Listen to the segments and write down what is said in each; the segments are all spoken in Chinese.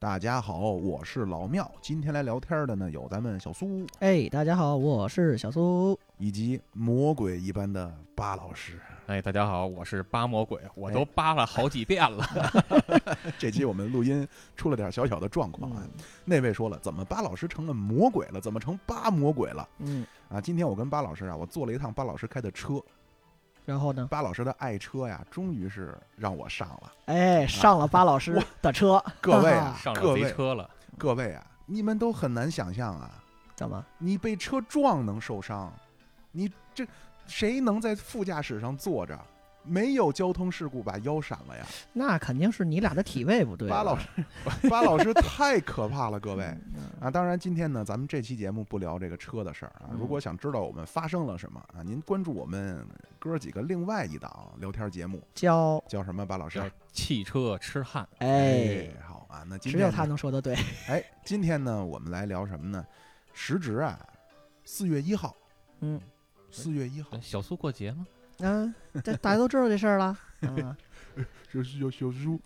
大家好，我是老庙。今天来聊天的呢，有咱们小苏哎，大家好，我是小苏。以及魔鬼一般的巴老师。 哎，大家好，我是扒魔鬼，我都扒了好几遍 了。，这期我们录音出了点小小的状嗯况啊。那位说了，怎么巴老师成了魔鬼了？怎么成巴魔鬼了？嗯，啊，今天我跟巴老师啊，我坐了一趟巴老师开的车，然后呢？巴老师的爱车呀，终于是让我上了。哎，上了巴老师的车，各位啊上各了贼位，车了，各位啊，你们都很难想象啊，怎么？你被车撞能受伤，你这谁能在副驾驶上坐着？没有交通事故把腰闪了呀！那肯定是你俩的体位不对了。啊巴老师， 巴老师太可怕了，各位嗯，嗯啊！当然，今天呢，咱们这期节目不聊这个车的事儿啊。嗯如果想知道我们发生了什么啊，您关注我们哥几个另外一档聊天节目，教叫什么？巴老师叫，汽车痴汉。哎，，好啊，那今只天有呢他能说的 对。哎，今天呢，我们来聊什么呢？时值啊，四月一号，嗯，四月一号对，哎小苏过节吗？嗯， 这大家都知道这事儿了。啊，就是有小叔，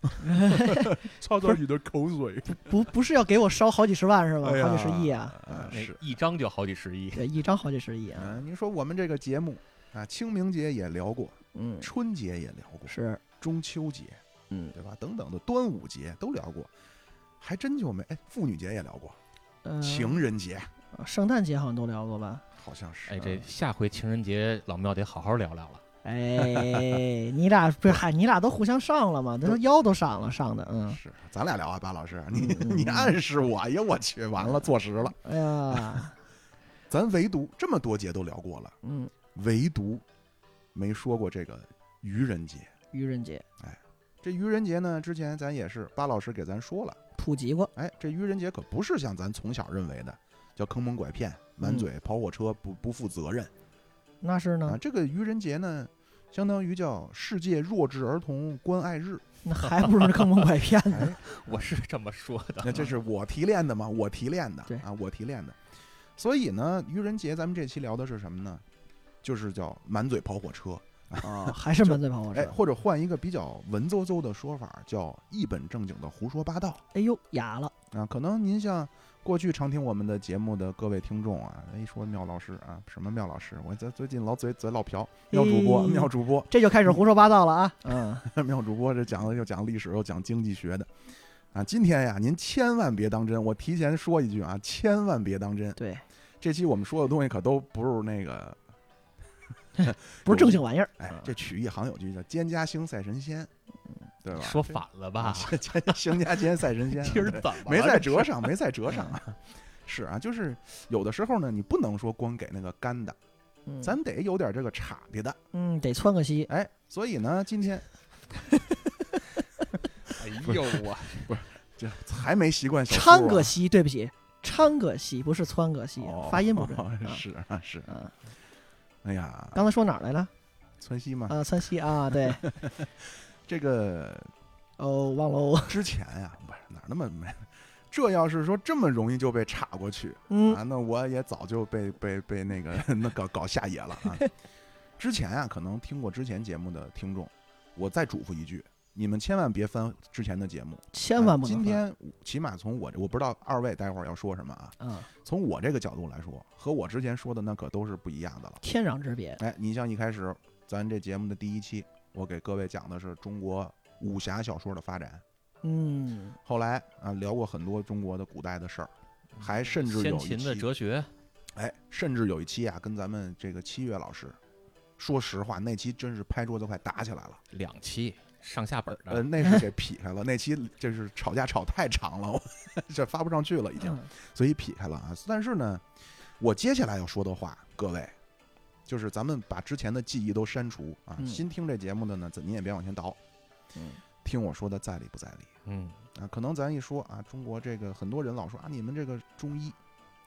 擦擦你的口水，不，不是要给我烧好几十万是吗？哎呀好几十亿啊！啊那是，一张就好几十亿。对，一张好几十亿啊。啊，您说我们这个节目啊，清明节也聊过，嗯，春节也聊过，是，中秋节，嗯对吧？等等的，端午节都聊过，还真就没，哎，妇女节也聊过，嗯，情人节圣诞节好像都聊过 吧？好像是，啊哎，这下回情人节老庙得好好聊聊了。哎，你俩不是嗨，你俩都互相上了嘛？他说腰都闪了，上的，嗯，是，咱俩聊啊，巴老师，你嗯嗯你暗示我，哎呀，我去，完了，坐实了，哎 呀，咱唯独这么多节都聊过了。嗯，唯独没说过这个愚人节。愚人节这愚人节呢，之前咱也是巴老师给咱说了，普及过，哎，这愚人节可不是像咱从小认为的叫坑蒙拐骗、嗯满嘴跑火车、不不负责任那是啊呢。，这个愚人节呢。相当于叫世界弱智儿童关爱 日，那还不如坑蒙拐骗 呢。哎， 我是这么说的。那这是我提炼的嘛，我提炼的，对啊，我提炼的。所以呢，愚人节咱们这期聊的是什么呢？就是叫满嘴跑火车，啊，还是满嘴跑火哎，车。或者换一个比较文绉绉的说法，叫一本正经的胡说八道哎呦，哑了，啊。可能您像过去常听我们的节目的各位听众啊，一说妙老师啊，什么妙老师，我这最近老嘴嘴老瓢，妙主播，哎妙主播， 这就开始胡说八道了啊！嗯，妙主播，这讲的又讲历史，又讲经济学的啊。今天呀，您千万别当真，我提前说一句啊，千万别当真。对，这期我们说的东西可都不是那个， 不是正经玩意儿。哎，这曲艺行有句叫“兼家兴赛神仙”，对吧？说反了 吧？嗯“兴家兼赛神 仙”，今儿怎么了没在 折上，没在折上啊。是啊，就是有的时候呢，你不能说光给那个干的，嗯咱得有点这个岔别的。嗯得窜个稀，哎，所以呢，今天哎呦 我，这还没习惯小苏啊掺个稀。对不起，掺个稀不是窜个稀，哦发 音 不准。啊是啊是。嗯，哎呀，刚才说哪儿来了？村西嘛，啊，窜稀啊， 对，这个哦，忘喽。之前呀，不是哪儿那么没，这要是说这么容易就被岔过去嗯啊，那我也早就被被被那个那搞搞下野了 啊。之前啊，可能听过之前节目的听众，我再嘱咐一句，你们千万别翻之前的节目。千万不能啊今犯。天起码从我这，我不知道二位待会儿要说什么啊。啊，从我这个角度来说，和我之前说的那可都是不一样的了。天壤之别。哎，你像一开始咱这节目的第一期，我给各位讲的是中国武侠小说的发展，嗯，后来啊聊过很多中国的古代的事儿，还甚至有先一秦的期哲学，哎，甚至有一期啊跟咱们这个七月老师，说实话那期真是拍桌子快打起来了。两期上下本呃，的，那 是给劈开了，那期这是吵架吵太长了，我 这发不上去了已经。嗯所以劈开了啊。但是呢，我接下来要说的话，各位，就是咱们把之前的记忆都删除啊。嗯新听这节目的呢，咱您也别往前倒，嗯听我说的在理不在理。嗯，啊，可能咱一说啊，中国这个很多人老说啊，你们这个中医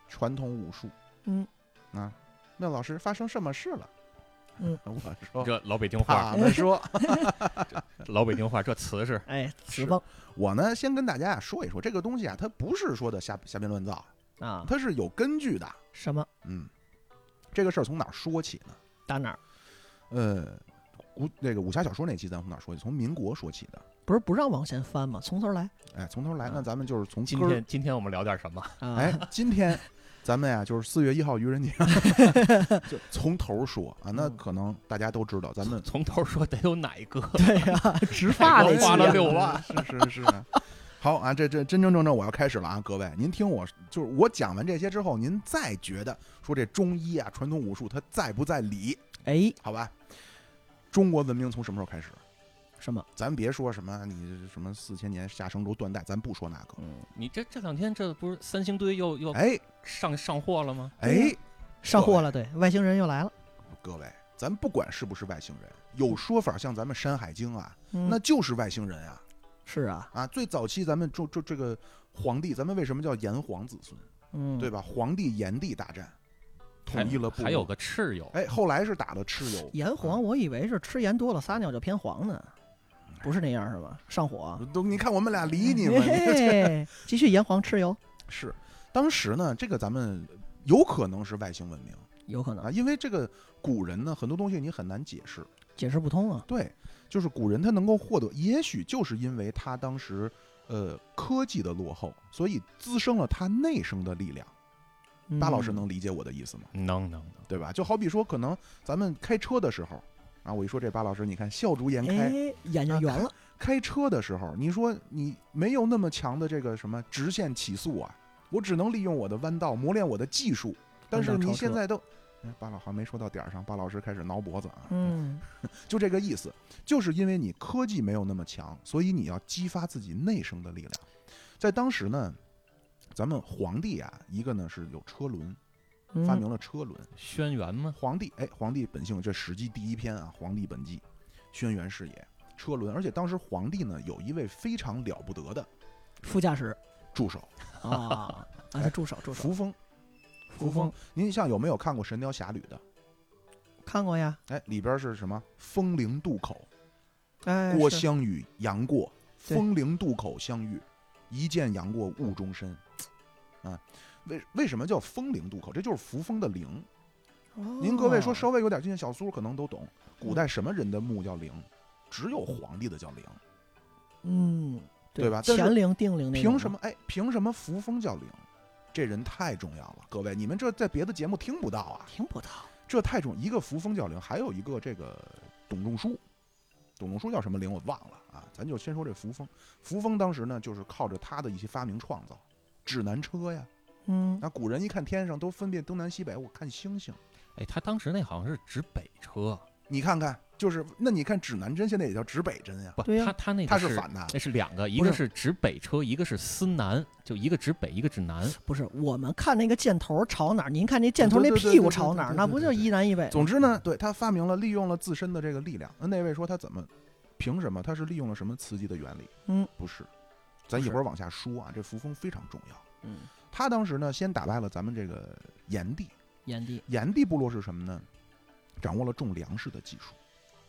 传统武术嗯啊，那老师发生什么事了？嗯， 我说。这老北京话，俺们说，老北京话，这词 是哎，词是蹦我呢先跟大家呀说一说这个东西啊，它不是说的瞎瞎编乱造，啊，它是有根据的。什么嗯，这个事儿从哪儿说起呢？打哪儿？呃，古那个武侠小说那期咱从哪儿说起？从民国说起的。不是不让往前翻吗？从头来哎，从头来，啊那咱们就是从今根儿天今天我们聊点什么？ 啊！哎，今天咱们呀，就是四月一号愚 人节，就从头说啊。那嗯可能大家都知道，咱们 从头说得有哪一个？ 对啊呀、植发我那期花了啊六 万，是是是啊。好啊，这这真真正正我要开始了啊，各位，您听我就是我讲完这些之后，您再觉得说这中医啊、传统武术它在不在理？哎，好吧，中国文明从什么时候开始？什么？咱别说什么你什么四千年下生轴断代，咱不说那个。嗯，你这这两天这不是三星堆又又哎上上货了吗？哎，上货了，对，外星人又来了。各位，咱不管是不是外星人，嗯有说法像咱们《山海经》啊，嗯、那就是外星人啊是啊，啊！最早期咱们就就这个皇帝，咱们为什么叫炎黄子孙，嗯，对吧？皇帝炎帝大战，统一了部落还有个蚩尤，哎，后来是打了蚩尤，盐黄，我以为是吃盐多了撒尿就偏黄呢，不是那样是吧？上火。都你看我们俩理你们、哎继续盐黄吃油， 是。当时呢，这个咱们有可能是外星文明有可能啊，因为这个古人呢，很多东西你很难解释。解释不通啊。对，就是古人他能够获得，也许就是因为他当时呃科技的落后，所以滋生了他内生的力量。嗯大老师能理解我的意思吗？能能能，对吧？就好比说，可能咱们开车的时候啊，我一说这巴老师，你看笑逐颜开。啊哎，眼睛 圆了，开车的时候，你说你没有那么强的这个什么直线起速啊，我只能利用我的弯道磨练我的技术。但是弯道超你车现在都，哎巴老好像没说到点儿上，巴老师开始挠脖子啊。嗯，就这个意思，就是因为你科技没有那么强，所以你要激发自己内生的力量。在当时呢，咱们皇帝啊，一个呢是有车轮，嗯发明了车轮。轩辕吗？皇帝，哎，皇帝本性，这《史记》第一篇啊，《皇帝本纪》，轩辕是也，车轮。而且当时皇帝呢，有一位非常了不得的副 驾驶助手啊啊，他助手助手扶风。扶风，您像有没有看过《神雕侠侣》的？看过呀，哎，里边是什么？风陵渡口，哎，郭是襄与杨过，对风陵渡口相遇，一见杨过误终身。啊，为为什么叫风陵渡口？这就是扶风的陵。您各位说，哦稍微有点经验，小苏可能都懂。古代什么人的墓叫陵？只有皇帝的叫陵。嗯，对吧但是乾陵、定陵那种凭什的么？哎，凭什么扶风叫陵？这人太重要了，各位，你们这在别的节目听不到啊，听不到？这太重。一个扶风叫陵，还有一个这个董仲舒，董仲舒叫什么陵我忘了啊，咱就先说这扶风。扶风当时呢，就是靠着他的一些发明创造，指南车呀。嗯，那古人一看天上都分辨东南西北，我看星星。哎，他当时那好像是指北车，你看看，就是那你看指南针现在也叫指北针呀，不，对呀他他那个它是反的。那是两个，一不个是是指北车，一个是司南，就一个指北，一个指南。不是，我们看那个箭头朝哪儿，您看那箭头啊对那对对屁对股对朝对哪儿，对那对不对就对一南一北？总之呢，对他发明了利用了自身的这个力量。那那位说他怎么，凭什么？他是利用了什么刺激的原理？嗯，不是。咱一会儿往下说啊，这扶风非常重要。嗯，他当时呢，先打败了咱们这个炎帝。炎帝，炎帝部落是什么呢？掌握了种粮食的技术。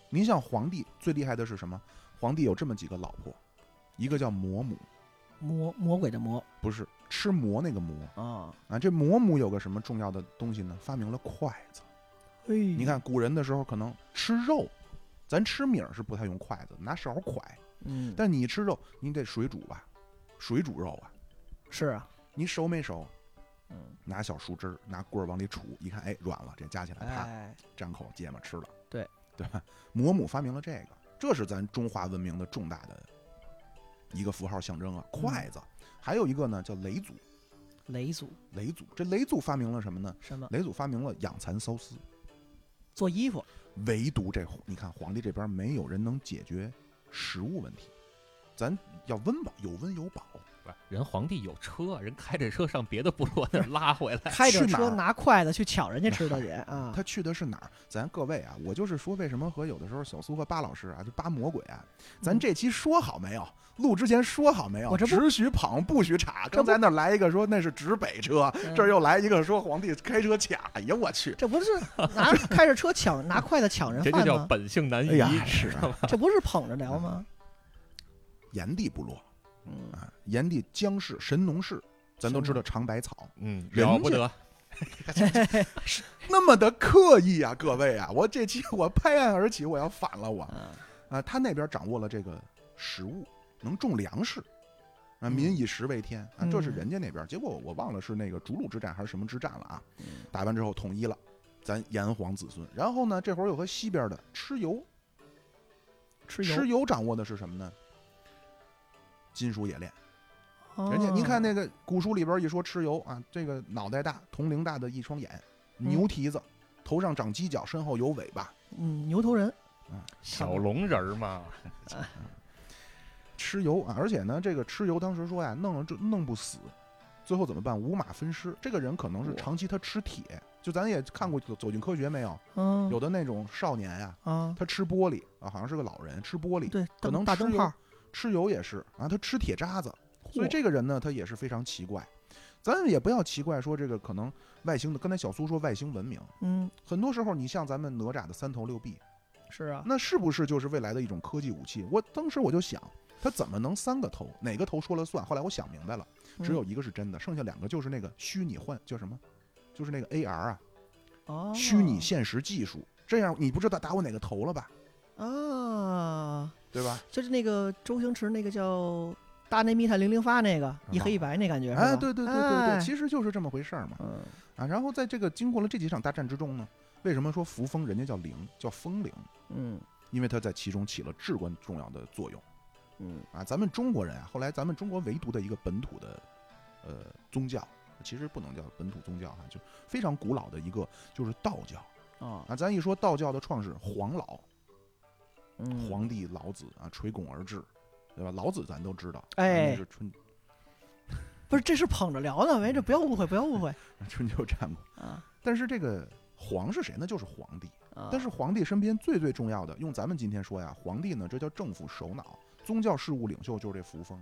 您像皇帝最厉害的是什么？皇帝有这么几个老婆，一个叫魔母，魔魔鬼的魔不是吃馍那个馍啊，啊。这魔母有个什么重要的东西呢？发明了筷子。哎，你你，看古人的时候可能吃肉，咱吃米儿是不太用筷子，拿勺㧟。嗯，但你吃肉，你得水煮吧，水煮肉啊，是啊，你熟没熟？嗯，拿小树枝儿，拿棍儿往里杵，一看，哎，软了，这夹起来，啪，哎，蘸口芥末吃了。对对吧？魔母发明了这个，这是咱中华文明的重大的一个符号象征啊，嗯筷子。还有一个呢，叫雷祖，雷祖雷祖这雷祖发明了什么呢？什么雷祖发明了养蚕缫丝，做衣服唯独这你看皇帝这边没有人能解决食物问题，咱要温饱，有温有饱，不是人皇帝有车，人开着车上别的部落那儿拉回来。开着哎去哪车儿拿筷子去抢人家吃的去啊！ 他去的是哪儿？咱各位啊，我就是说，为什么和有的时候小苏和巴老师啊，就巴魔鬼啊，咱嗯这期说好没有？录之前说好没有？我这不只许捧不嗯许查。这刚不才那儿来一个说那是直北车，这儿又来一个说皇帝开车卡。哎呀，我去！嗯这不是 拿开着车抢拿筷子抢人这就饭叫吗？本性难哎移。呀，是啊这不是捧着 聊吗？炎帝部落嗯，啊，炎帝姜氏、神农氏，咱都知道尝百草，嗯，人了不家得。那么的刻意啊，各位啊，我这期我拍案而起，我要反了我啊啊！他那边掌握了这个食物，能种粮食。啊，民以食为天啊，这是人家那边。结果我忘了是那个逐鹿之战还是什么之战了啊。打完之后统一了，咱炎黄子孙。然后呢，这会儿又和西边的蚩尤，吃油蚩，尤掌握的是什么呢？金属冶炼。哦人家您看那个古书里边一说蚩尤啊，这个脑袋大、铜铃大的一双眼，嗯牛蹄子，头上长犄角，身后有尾巴。嗯牛头人，小龙人儿嘛，蚩尤啊，而且呢，这个蚩尤当时说呀，弄了就弄不死，最后怎么办？五马分尸。这个人可能是哇长期他吃铁，就咱也看过《走走进科学》没有？嗯有的那种少年呀、啊，他吃玻璃啊，好像是个老人吃玻璃，对，可能大吃灯油泡，蚩尤也是啊，他吃铁渣子，所以嚯这个人呢，他也是非常奇怪。咱也不要奇怪说这个可能外星的，刚才小苏说外星文明，嗯很多时候你像咱们哪吒的三头六臂，是啊，那是不是就是未来的一种科技武器？我当时我就想，他怎么能三个头？哪个头说了算？后来我想明白了，只嗯有一个是真的，剩下两个就是那个虚拟幻叫什么？就是那个 AR 啊，哦虚拟现实技术。这样你不知道打我哪个头了吧？啊，对 吧？就是那个周星驰那个叫大内密探零零发那个一黑一白那感觉，是嗯哎，吧对对对对对，哎其实就是这么回事儿嘛。嗯啊，然后在这个经过了这几场大战之中呢，为什么说扶风人家叫灵，叫风灵？嗯因为它在其中起了至关重要的作用嗯啊。咱们中国人啊，后来咱们中国唯独的一个本土的呃宗教，其实不能叫本土宗教哈、就非常古老的一个就是道教啊，啊。咱一说道教的创始黄老，嗯皇帝老子啊，垂拱而治，对吧？老子咱都知道，啊哎那是春不是这是捧着聊呢，没这不要误会，不要误 会春秋战国。啊但是这个黄是谁呢？就是皇帝。啊，但是皇帝身边最最重要的，用咱们今天说呀，皇帝呢，这叫政府首脑，宗教事务领袖就是这扶风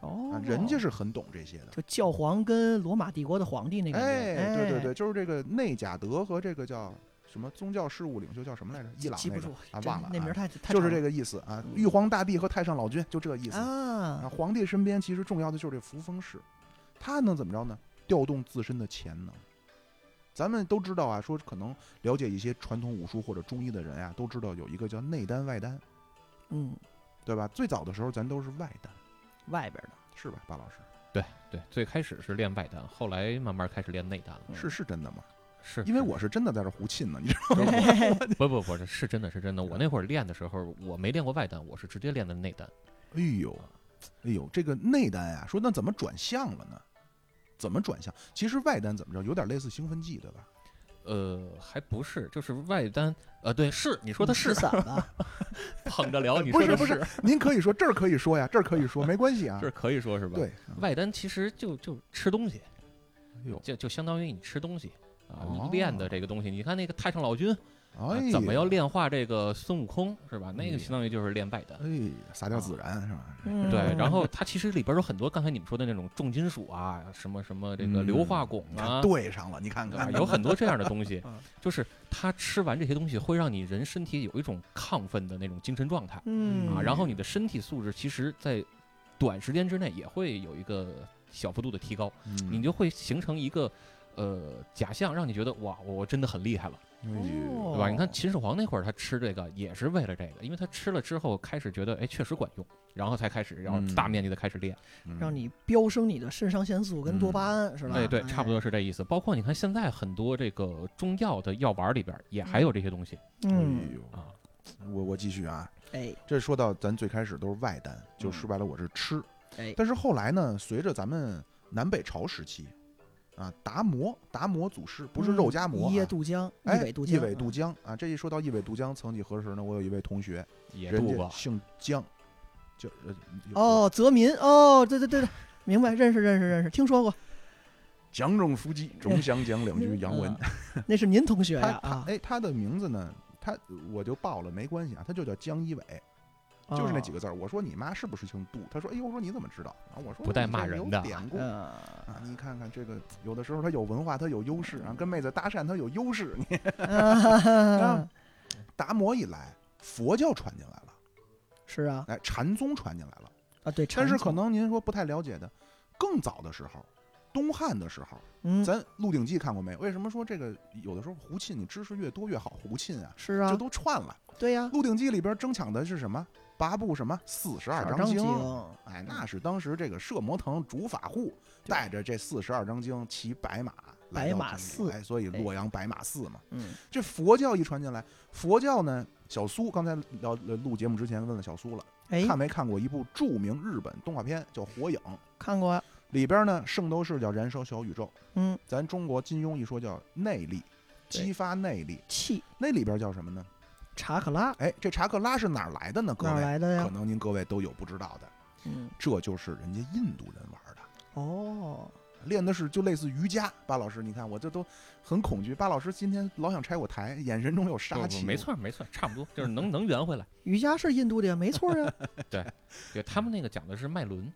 啊哦，，人家是很懂这些的。就教皇跟罗马帝国的皇帝那感觉，哎，对对对，，就是这个内贾德和这个叫什么宗教事务领袖叫什么来着？伊朗记那不个住啊，真忘了那名儿啊，太太就是这个个意思啊嗯。玉皇大帝和太上老君就这个意思啊。啊，皇帝身边其实重要的就是这扶风氏，他能怎么着呢？调动自身的潜能。咱们都知道啊，说可能了解一些传统武术或者中医的人呀、都知道有一个叫内丹外丹。嗯，对吧？最早的时候咱都是外丹，外边儿的是吧，巴老师？对，最开始是练外丹，后来慢慢开始练内丹嗯 了。是是真的吗？是因为是我是真的在这胡沁呢，你知道吗？不不不，这是真的是真的。我那会儿练的时候，我没练过外丹，我是直接练的内丹。哎呦，哎呦，这个内丹呀、说那怎么转向了呢？怎么转向？其实外丹怎么着，有点类似兴奋剂，对吧？呃，还不是，就是外丹。呃，对，是你说的是纸伞 吧？捧 着聊，你不说是的不是是，您可以说这儿可以说呀，这儿可以 说，没关系啊。这可以说是吧？，对，哎外丹其实就就吃东西，呦就就相当于你吃东西啊，哦你练的这个东西。你看那个太上老君啊哎，怎么要？炼化这个孙悟空是吧？那个相当于就是练外丹。哎，撒点孜然是吧？嗯对，然后它其实里边有很多刚才你们说的那种重金属啊，什么什么这个硫化汞你啊哎看，对上了，你看对吧？看，有很多这样的东西 嗯，就是它吃完这些东西会让你人身体有一种亢奋的那种精神状态嗯啊，然后你的身体素质其实，在短时间之内也会有一个小幅度的提高，你嗯，就会形成一个。呃，假象让你觉得哇，我真的很厉害了，哎对吧？你看哦秦始皇那会儿，他吃这个也是为了这个，因为他吃了之后开始觉得，哎，确实管用，然后才开始，然后嗯大面积的开始练。呦让你飙升你的肾上腺素跟多巴胺是吧？嗯哎，对，差不多是这意思。包括你看现在很多这个中药的药丸里边也还嗯有这些东西哎嗯，呦，啊。我我继续啊，哎这说到咱最开始都是外丹，就嗯说白了我是吃。哎，但是后来呢，随着咱们南北朝时期，啊，达摩达摩祖师不是肉夹馍、啊，嗯一叶渡江，哎，一苇渡一江，嗯苇渡江啊。这一说到一苇渡江，曾几何时呢？我有一位同学，也啊人渡家过，姓姜，叫呃哦，泽民哦，对对对对，明白，认识认识认识，听说过，蒋正书记总想讲两句洋文。那是您同学他呀他嗯啊，哎，他的名字呢，他我就报了，没关系啊，他就叫江一伟，就是那几个，个字儿。我说你妈是不是姓杜？他说，哎呦，我说你怎么知道？然后我说不带我这骂人的有典故。嗯啊，你看看这个，有的时候他有文化，他有优势啊，跟妹子搭讪他有优势。你 啊，达摩一来，佛教传进来了，是啊哎，禅宗传进来了。啊对，但是禅可宗能您说不太了解的，更早的时候，东汉的时候，嗯咱《鹿鼎记》看过没？为什么说这个有的时候胡沁你知识越多越好？胡沁啊，是这啊，都串了。对呀《，鹿鼎记》里边争抢的是什么？八部什么四十二章经经？，哎，那是当时这个摄摩腾竺法护嗯对带着这四十二章经骑白马来白到马成都寺哎，所以哎洛阳白马寺嘛。嗯这佛教一传进来，佛教呢，小苏刚才聊呃录节目之前问了小苏了，哎看没看过一部著名日本动画片叫《火影》，看过啊，里边呢圣斗士叫燃烧小宇宙，嗯咱中国金庸一说叫内力，对激发内力，气那里边叫什么呢？查克拉哎，这查克拉是哪儿来的呢？各哪儿位，来的可呀？能您各位都有不知道的，嗯这就是人家印度人玩的。哦，练的是就类似瑜伽，巴老师，你看我这都很恐惧。巴老师今天老想拆我台，眼神中有不杀不气。没，错没错，差不多就是能能圆回来。瑜伽是印度的呀，没 错呀，对他们那个讲的是脉轮，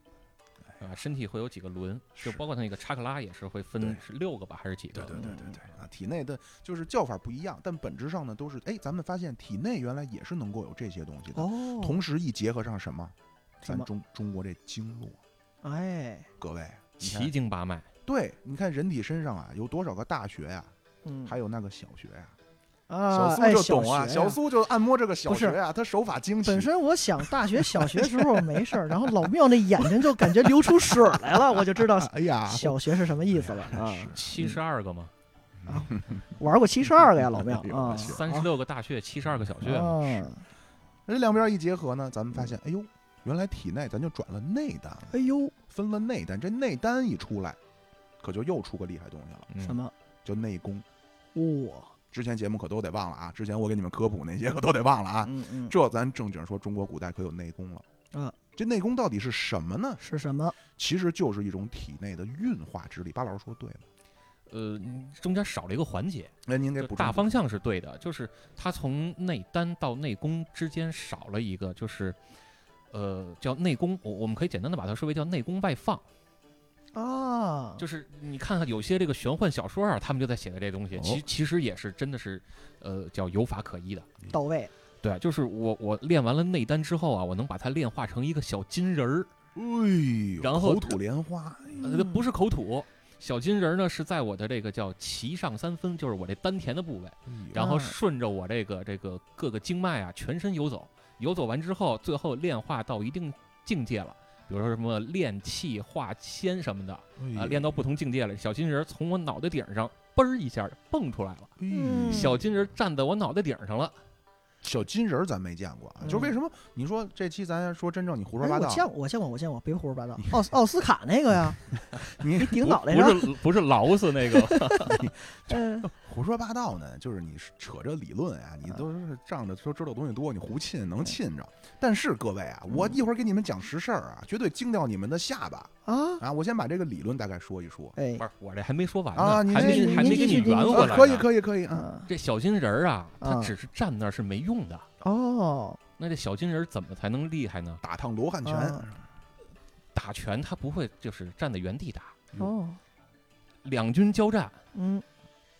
啊，身体会有几个轮，就是包括那个查克拉也是会分对是六个吧，还是几对个？对对对对啊，体内的就是叫法不一样，但本质上呢都是哎，咱们发现体内原来也是能够有这些东西的。哦，同时一结合上什么，什咱么中中国这经络，哎，各位，你奇看，经八脉，对，你看人体身上啊有多少个大学呀、嗯还有那个小学呀、啊，苏哎就懂啊，学小呀苏就按摩这个小不学是呀、他手法精本奇。身我想大学、小学时候没事儿，然后老庙那眼睛就感觉流出水儿来了，我就知道哎呀，小学是什么意思了哎啊！七十二个嘛，玩过七十二个呀，老庙哎呦我啊，去三十六个大穴，七十二个小穴嘛。啊，这两边一结合呢，咱们发现，哎呦，原来体内咱就转了内丹了，哎呦，分了内丹。这内丹一出来，可就又出个厉害东西了，嗯什么就内功。嗯哇？之前节目可都得忘了啊，之前我给你们科普那些可都得忘了啊。嗯嗯，这咱正经说，中国古代可有内功了。嗯，这内功到底是什么呢？是什么？其实就是一种体内的运化之力。巴老师说对了，呃，中间少了一个环节，那您给就补充大方向是对的，就是它从内丹到内功之间少了一个，就是呃叫内功，我我们可以简单的把它说为叫内功外放，啊，就是你看看有些这个玄幻小说啊，他们就在写的这东西，其哦其实也是真的是呃叫有法可依的。到位，对，啊就是我我练完了内丹之后啊，我能把它炼化成一个小金人儿，哎呦，然后口吐莲花，哎呃，不是口吐，小金人儿呢是在我的这个叫脐上三分，就是我这丹田的部位，然后啊顺着我这个这个各个经脉啊，全身游走，游走完之后，最后炼化到一定境界了。比如说什么炼气化仙什么的啊，啊练到不同境界了，小金人儿从我脑袋顶上嘣儿一下蹦出来了，哎嗯小金人儿站在我脑袋顶上了。小金人儿咱没见过啊，就嗯为什么你说这期咱说真正你胡说哎八我道，见过我见过，我见过，别胡说八道。奥斯奥斯卡那个呀， 你你顶脑袋不上，是不是劳斯那个，嗯，胡说八道呢，就是你扯着理论啊，你都是仗着说知道东西多，你胡沁能沁着。但是各位啊，我一会儿给你们讲实事儿啊，绝对惊掉你们的下巴啊，啊！我先把这个理论大概说一说。哎不，是我这还没说完呢，啊您还继没续还没您继给你续您圆继续回来啊，呢、可以可以可以啊！啊这小金人儿啊，他啊只是站那儿是没用的。哦，那这小金人儿怎么才能厉害呢？打趟罗汉拳，啊打拳他不会就是站在原地打，嗯哦，两军交战，嗯，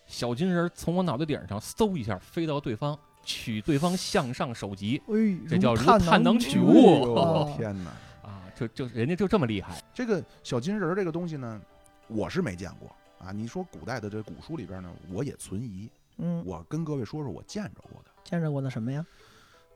小金人儿从我脑袋顶上嗖一下飞到对方，取对方向上首级哎，这叫如探探囊囊取哎物呦啊天哪！啊，就就人家就这么厉害。，这个小金人儿这个东西呢，我是没见过啊。你说古代的这古书里边呢，我也存疑。嗯，我跟各位说说我见着过的。见着过那什么呀？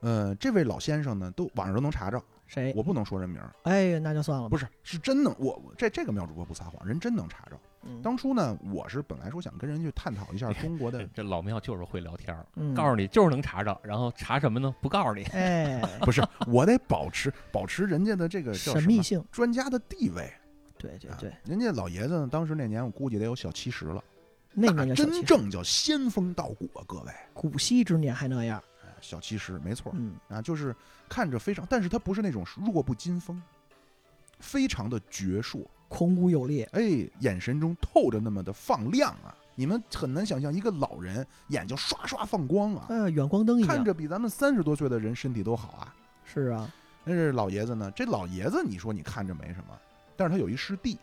呃，这位老先生呢，都网上都能查着，谁？我不能说人名儿，哎，那就算了吧。啊不是，是真能，我我这这个妙主播不撒谎，人真能查着。嗯当初呢，我是本来说想跟人去探讨一下中国 的这老庙就是会聊天儿，嗯告诉你就是能查着，然后查什么呢？不告诉你。 哎，不是，我得保持保持人家的这个叫神什秘么性，专家的地位。对对啊对，人家老爷子呢，当时那年我估计得有小七十了，那年那的小真七正叫仙风道骨啊，各位，古稀之年还那样，哎小七十没错嗯，啊，就是看着非常，但是他不是那种弱不禁风，非常的矍铄，孔武有力，哎，眼神中透着那么的放亮啊！你们很难想象一个老人眼睛刷刷放光啊，呃，远光灯一看样。着比咱们三十多岁的人身体都好啊。是啊，但是老爷子呢，这老爷子你说你看着没什么，但是他有一师弟，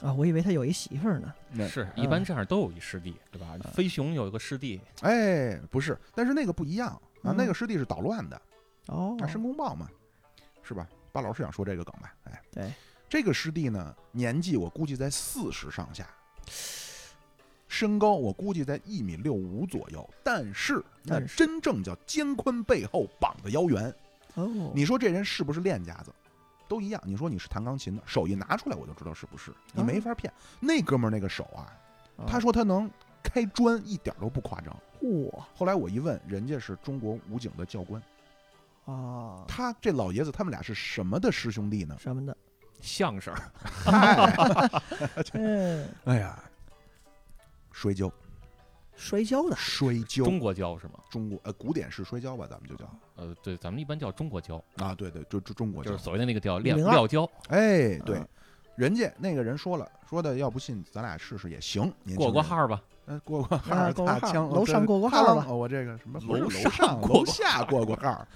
啊，我以为他有一媳妇儿呢。那是一般嗯这样都有一师弟，对吧？飞熊有一个师弟，哎不是，但是那个不一样啊，嗯那个师弟是捣乱的，哦啊，申公豹嘛，是吧？巴老师想说这个梗吧？哎，对，这个师弟呢，年纪我估计在四十上下，身高我估计在一米六五左右，但是那但是真正叫肩宽背后绑的腰圆。哦，你说这人是不是练家子？都一样。你说你是弹钢琴的，手一拿出来我就知道是不是，你没法骗。那哥们儿那个手啊，他说他能开砖，一点都不夸张。嚯后来我一问，人家是中国武警的教官，啊他这老爷子他们俩是什么的师兄弟呢？什 么的，相声嗨嗯，哎呀，摔跤，摔跤的摔跤，中国教是吗？中国呃古典式摔跤吧，咱们就叫呃，对，咱们一般叫中国教，啊，对对，就就中国就叫是，所谓的那个叫练102料教，哎，对啊，人家那个人说了，说的要不信咱俩试试也行，年轻过过人号儿吧，呃，过过号啊儿，过大过号儿枪，哦楼上过过号儿吧吧。我这个什么不楼是楼上上过楼过下过过号儿。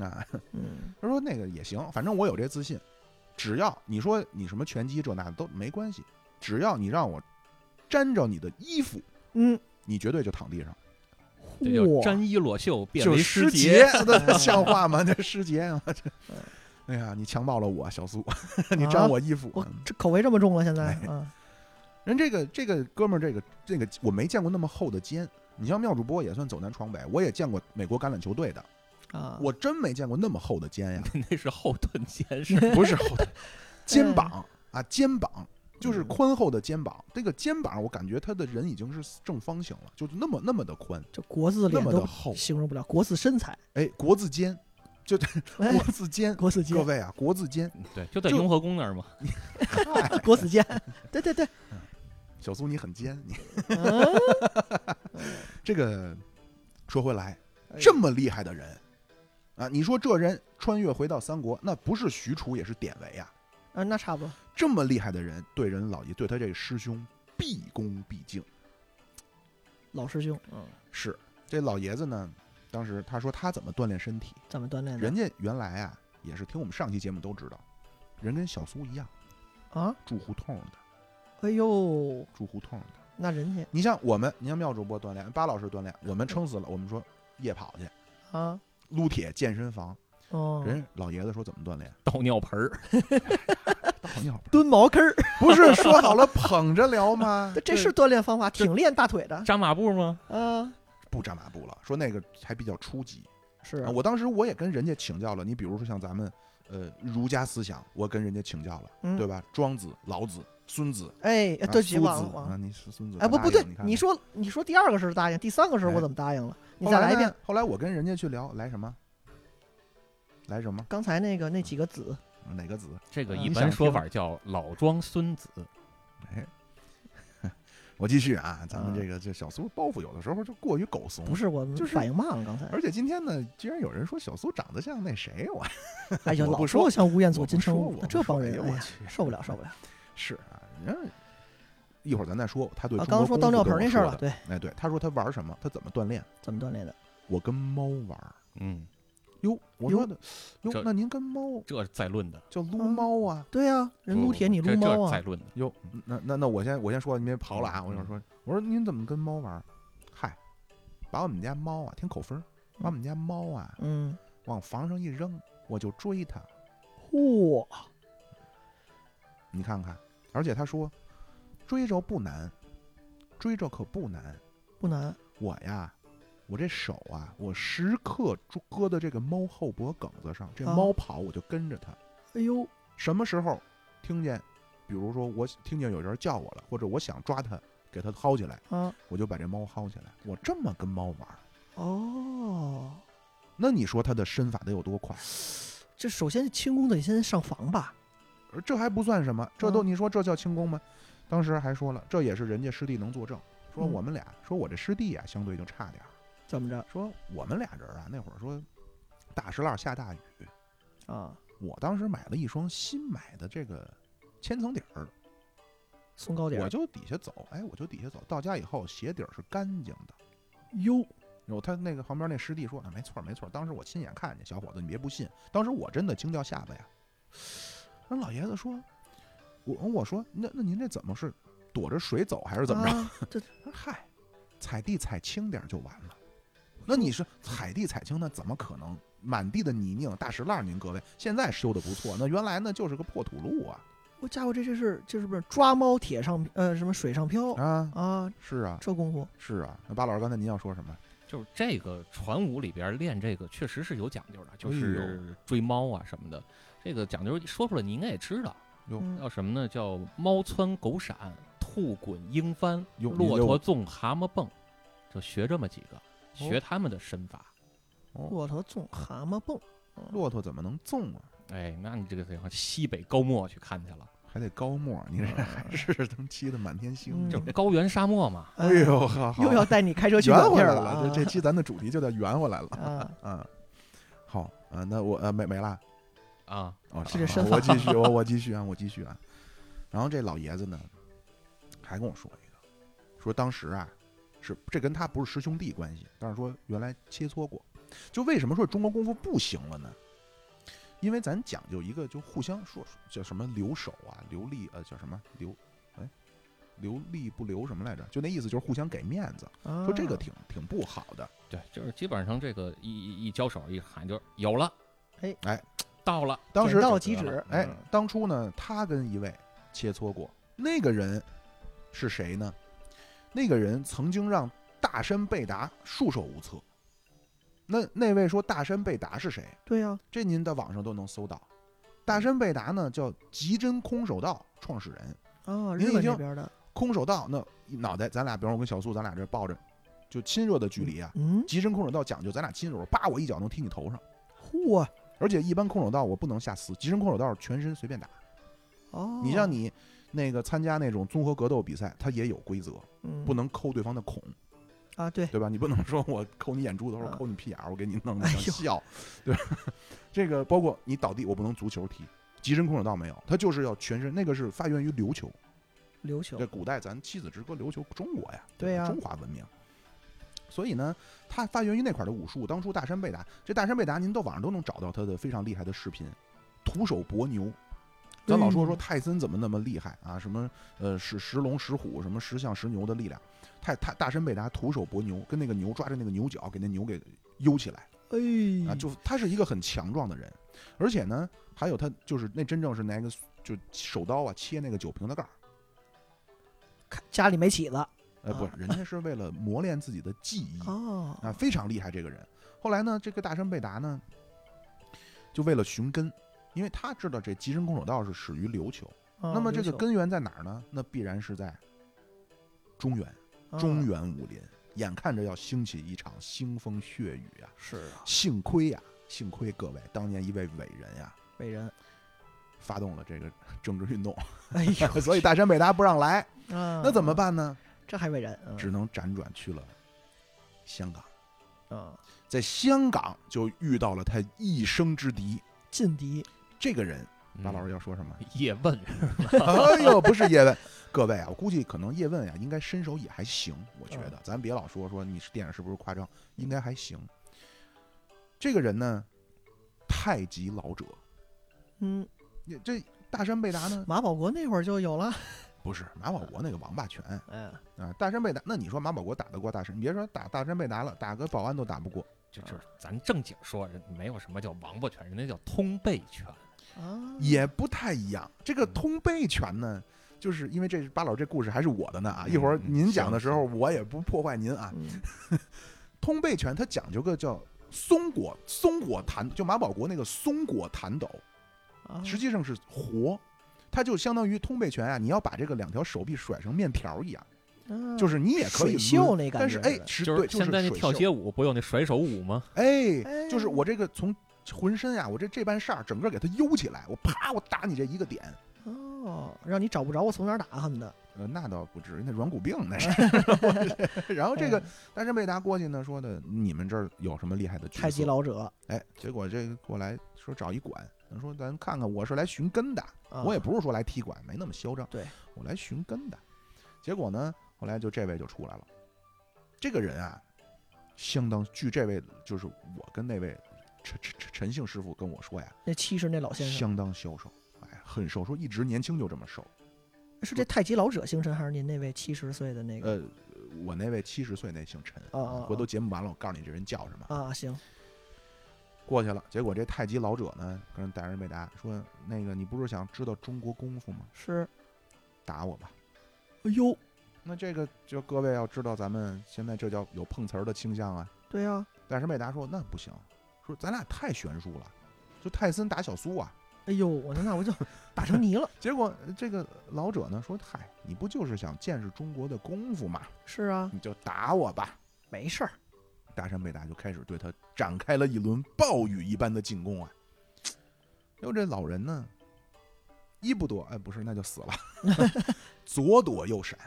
啊，嗯，他说那个也行，反正我有这自信，只要你说你什么拳击这那的都没关系，只要你让我沾着你的衣服，嗯，你绝对就躺地上，这叫嚯，沾衣裸袖变就为是师节。， 那像话吗？那师姐啊，这嗯，哎呀，你强暴了我，小苏， 你沾我衣服，啊我这口味这么重了，现在哎啊，人这个这个哥们儿，这个这个我没见过那么厚的肩。你像妙主播也算走南闯北，我也见过美国橄榄球队的，啊，我真没见过那么厚的 肩呀，那是后盾肩是不是厚的，肩膀哎啊，肩膀就是嗯宽厚的肩膀。这个肩膀我感觉他的人已经是正方形了，就是那么那么的宽，这国字那脸么都的厚。形容不了，国字身材，哎，国字肩，就哎国字肩，国字肩各，位啊，国字肩。对，就在就雍和宫那儿嘛。嗨国子监，对对对，小苏你很尖，你嗯这个说回来，哎这么厉害的人啊！你说这人穿越回到三国，那不是许褚也是典韦啊！啊，那差不多，这么厉害的人，对人老爷对他这个师兄毕恭毕敬。老师兄，嗯，是这老爷子呢，当时他说他怎么锻炼身体，怎么锻炼的人家原来啊也是听我们上期节目都知道，人跟小苏一样啊？住胡同的，哎呦，住胡同的。那人家你像我们，你像妙主播锻炼，巴老师锻炼，我们撑死了，我们说夜跑去，啊，撸铁健身房。哦，人老爷子说怎么锻炼？倒尿盆儿，倒尿盆。蹲茅坑儿，不是说好了捧着聊 ？吗这是锻炼方法，挺练大腿的扎马步吗？啊，不扎马步了，说那个还比较初级。是啊我当时我也跟人家请教了，你比如说像咱们呃儒家思想，我跟人家请教了，嗯对吧？庄子、老子、孙子，哎，啊对，苏忘了子忘啊，了，你是孙子。哎，不大不爷对，看你看说你说第二个时候答应，第三个时候哎我怎么答应了？你后再来来一呢遍，后来我跟人家去聊，来什么？来什么？刚才那个那几个子，哪个子？这个嗯一你般想说听法叫老庄孙子。我继续啊，咱们嗯这个这小苏包袱有的时候就过于狗怂不。是我就是反应慢了，刚才，而且今天呢，居然有人说小苏长得像那谁，我哎呀，我老不说说我像吴彦我祖、不金城说武我，不这帮说人，哎呦哎我呀，去受不了，受不了。 是啊，人家一会儿咱再说他对啊，中刚国刚说倒功尿夫盆儿跟我那事儿说的。了，对，哎，对，他说他玩什么，他怎么锻炼？怎么锻炼的？我跟猫玩儿。嗯，哟，我哟嗯说的，哟这，那您跟猫这是再论的，叫撸猫啊？对呀，人撸不铁不你这撸这猫是再啊，论的。哟，那那那我先我先说，您别刨了啊！我想说，我说您怎么跟猫玩儿？嗨，把我们家猫啊，听口风儿，把我们家猫啊嗯，往房上一扔，我就追它。嚯，你看看，而且他说，追着不难，追着可不难。不难，我呀，我这手啊，我时刻捉搁在这个猫后脖梗子上，这啊猫跑我就跟着它。哎呦，什么时候听见，比如说我听见有人叫我了，或者我想抓它，给它薅起来，啊，我就把这猫薅起来。我这么跟猫玩儿，哦，那你说它的身法得有多快？这首先轻功得先上房吧？而呃这还不算什么，这都嗯你说这叫轻功吗？当时还说了，这也是人家师弟能作证，说嗯我们俩，说我这师弟啊，相对就差点儿。怎么着说我们俩人啊，那会儿说大石栏下大雨，啊？我当时买了一双新买的这个千层底儿，松糕点我儿就底下走，哎，我就底下走，到家以后鞋底儿是干净的。哟，有他那个旁边那师弟说啊，没错儿没错儿，当时我亲眼看见，小伙子你别不信，当时我真的惊掉下巴呀。那老爷子说，我我说那那您这怎么是躲着水走还是怎么着？啊这他说嗨，踩地踩轻点儿就完了。那你是踩地踩轻，那怎么可能？满地的泥泞、大石烂儿，您各位现在修的不错，那原来呢就是个破土路啊我家伙这这是这是不是抓猫铁上呃什么水上漂啊！啊？是啊，这功夫是啊。那巴老师刚才您要说什么？就是这个传武里边练这个确实是有讲究的，就哎呦是追猫啊什么的。这个讲究说出来你应该也知道，嗯叫什么呢？叫猫窜狗闪、兔滚鹰翻、哟骆你就驼纵、蛤蟆蹦，就学这么几个，学他们的身法。哦，骆驼纵蛤蟆蹦，啊骆驼怎么能纵啊？哎，那你这个得上西北高漠去看去了，还得高沫儿，你这还是 能骑的满天星。啊嗯就是高原沙漠 嘛。哎呦，好好又要带你开车去圆广回地来儿了，啊这这期咱的主题就叫圆回来了。啊， 嗯，好啊、那我呃没没了。啊，哦，是这好身我继续，我我继续啊，我继续啊。然后这老爷子呢，还跟我说一个，说当时啊，是这跟他不是师兄弟关系，但是说原来切磋过。就为什么说中国功夫不行了呢？因为咱讲究一个，就互相说叫什么留手啊，留力呃叫什么留，哎，留力不留什么来着？就那意思就是互相给面子，说说这个挺挺不好的。对，就是基本上这个一一一交手一喊就有了，哎哎，到了，当时到即止，哎嗯，当初呢，他跟一位切磋过，那个人是谁呢？那个人曾经让大山贝达束手无策。那那位说大山贝达是谁？对呀，这您在网上都能搜到。大山贝达呢，叫极真空手道创始人。啊，您日已本经那边的，空手道那脑袋，咱俩，比方我跟小苏，咱俩这抱着，就亲热的距离啊。嗯，极真空手道讲究，咱俩亲手，叭，我一脚能踢你头上。嚯，而且一般空手道我不能下死，极真空手道是全身随便打。哦，你像，你那个参加那种综合格斗比赛，它也有规则，嗯，不能抠对方的孔，啊，对，对吧？你不 能说我抠你眼珠子或者啊抠你屁眼儿，我给你弄的哎想呦笑，对吧？ 这个包括你倒地，我不能足球踢，极身空手道没有，它就是要全身，那个是发源于琉球，琉球这，古代咱七子之歌琉球中国呀，对吧呀中华文明。所以呢，它发源于那块儿的武术。当初大山贝达，这大山贝达您到网上都能找到他的非常厉害的视频，徒手搏牛，咱老说说嗯泰森怎么那么厉害啊？什么呃，是石龙、石虎，什么石象、石牛的力量。泰泰大山贝达徒手搏牛，跟那个牛抓着那个牛角，给那牛给悠起来哎，啊！就他是一个很强壮的人，而且呢，还有他就是那真正是拿一个就手刀啊切那个酒瓶的盖儿，看家里没起子，呃，不是，人家是为了磨练自己的技艺啊哦，啊，非常厉害这个人。后来呢，这个大山贝达呢，就为了寻根，因为他知道这极身空手道是始于琉球。哦那么这个根源在哪儿呢？那必然是在中原，中原原武林，眼看着要兴起一场腥风血雨啊！是啊幸亏呀、幸亏各位当年一位伟人呀、伟人，发动了这个 政治运动，，哎 呦所以大山北大不让来，啊，那怎么办？办呢？这还伟人啊只能辗转去了香港，啊，在香港就遇到了他一生之敌，劲敌这个人，嗯巴老师要说什么？ 叶问，哎呦，不是叶问，各位啊，我估计可能叶问呀、应该身手也还行，我觉得，咱别老说说你是电影是不是夸张，应该还行。这个人呢，太极老者，嗯，也这大山贝达呢马保国那会儿就 有了，不是马保国那个王八拳啊、哎，大山贝达，那你说马保国打得过大山？你别说打大山贝达了，打个保安都打不过。就就是咱正经说，人没有什么叫王八拳，人家叫通背拳。嗯啊，也不太一样。这个通背拳呢，就是因为这是巴老师这故事还是我的呢啊，一会儿嗯您讲的时候行我也不破坏您啊。 嗯通背拳它讲究个叫松果松果弹，就马保国那个松果弹斗，嗯啊，实际上是活。它就相当于通背拳啊，你要把这个两条手臂甩成面条一样，嗯啊就是你也可以水抡袖那感但是觉，哎，，是就对，就是现在那水跳袖街舞不有那甩手舞吗？哎，就是哎我这个从浑身啊，我这这半扇儿整个给它悠起来，我啪，我打你这一个点，哦，让你找不着我从哪儿打恨的，呃，那倒不至于，那软骨病 那是。然后这嗯个大山贝达过去呢，说的你们这儿有什么厉害的角色太极老者，哎，结果这个过来说找一管，咱说咱看看，我是来寻根的，啊我也不是说来踢馆，没那么嚣张。对，我来寻根的。结果呢，后来就这位就出来了。这个人啊，相当据这位就是我跟那位陈陈陈陈姓师傅跟我说呀，那七十那老哦先生相当消瘦，哎，很瘦，说一直年轻就这么瘦。是这太极老者星辰，还是您那位七十岁的那个？呃，我那位七十岁那姓陈，哦哦哦回头节目完了我告诉你这人叫什么。啊，行，过去了，结果这太极老者呢，跟人逮着没打，说那个你不是想知道中国功夫吗？是，打我吧。哎呦，那这个就各位要知道，咱们现在这叫有碰瓷儿的倾向啊。对呀、但是美达说那不行，说咱俩太悬殊了，就泰森打小苏啊。哎呦，我那 我就打成泥了。结果呃这个老者呢说，嗨，你不就是想见识中国的功夫嘛，是啊，你就打我吧。没事儿，大山北达就开始对他展开了一轮暴雨一般的进攻啊。哟，这老人呢，一不躲，哎，不是，那就死了，左躲右闪。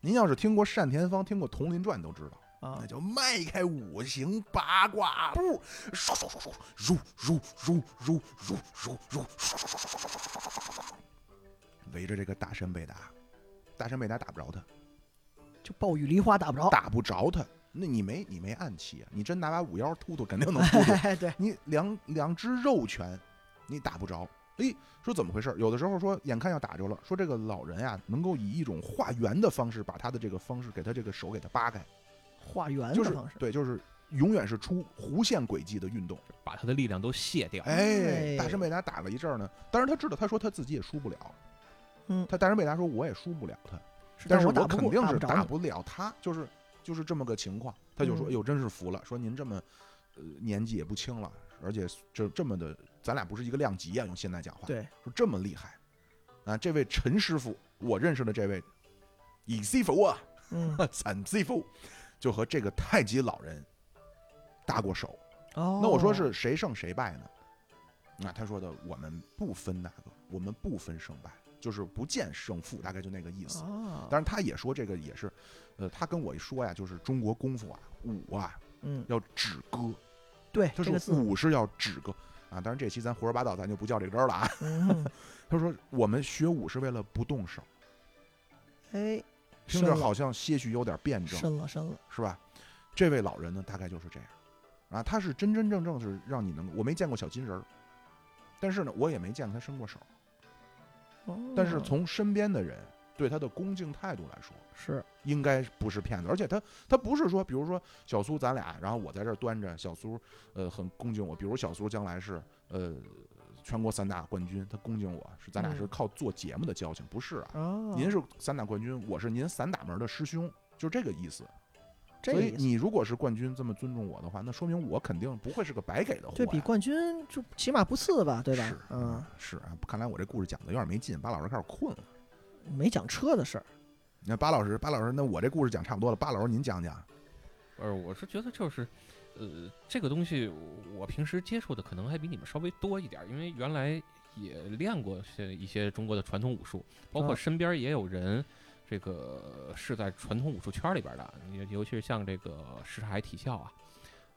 您要是听过单田芳，听过《佟林传》都知道。啊那，叫迈开五行八卦步，如如如如如如如，围着这个大山北达，大山北达打不着他，就暴雨梨花打不着。打不着他。那你没你没暗器啊？你真拿把五幺突突，肯定能突突。哎， 对，你两两只肉拳，你打不着。哎，说怎么回事？有的时候说眼看要打着了，说这个老人呀，能够以一种化缘的方式，把他的这个方式给他这个手给他扒开。化缘就的是方式。对，就是永远是出弧线轨迹的运动。把他的力量都卸掉。哎，哎大山贝达打了一阵儿呢，当然他知道，他说他自己也输不了。嗯他大山贝达说我也输不了他，是但是我我打不肯过，定打是不打着你。不了他，就是就是这么个情况。他就说：“嗯哎呦，真是服了，说您这么，呃，年纪也不轻了，而且这这么的，咱俩不是一个量级啊，用现在讲话，对，说这么厉害啊！这位陈师傅，我认识的这位，尹师傅啊， 嗯，散师傅，就和这个太极老人搭过手。”哦，那我说是谁胜谁败呢？那他说的我们不分那个，我们不分胜败，就是不见胜负，大概就那个意思。啊，当然他也说这个也是，呃，他跟我一说呀，就是中国功夫啊，武啊嗯，要止戈，对，他哎这个说字，武是要止戈啊。当然这期咱胡说八道，咱就不较这真儿了啊。 嗯，他说我们学武是为了不动手，哎，听深着了好像些许有点辩证，深了深了，是吧？这位老人呢，大概就是这样，啊，他是真真正正是让你能，我没见过小金人儿，但是呢，我也没见过他伸过手，但是哦从身边的人对他的恭敬态度来说，是应该不是骗子，而且他他不是说，比如说小苏咱俩，然后我在这儿端着小苏，呃，很恭敬我，比如小苏将来是呃全国散打冠军，他恭敬我是咱俩是嗯靠做节目的交情，不是啊，啊，您是散打冠军，我是您散打门的师兄，就这个意思。这所个以意思。你如果是冠军这么尊重我的话，那说明我肯定不会是个白给的货、呀对比冠军就起码不次吧，对吧是？嗯，是啊，看来我这故事讲的有点没劲，巴老师开始困了。嗯没讲车的事啊儿，那巴老师，巴老师，那我这故事讲差不多了，巴老师您讲讲。呃，我是觉得就是，呃，这个东西我我平时接触的可能还比你们稍微多一点儿，因为原来也练过些一些中国的传统武术，包括啊身边也有人。这个是在传统武术圈里边的，尤尤其是像这个什刹海体校啊，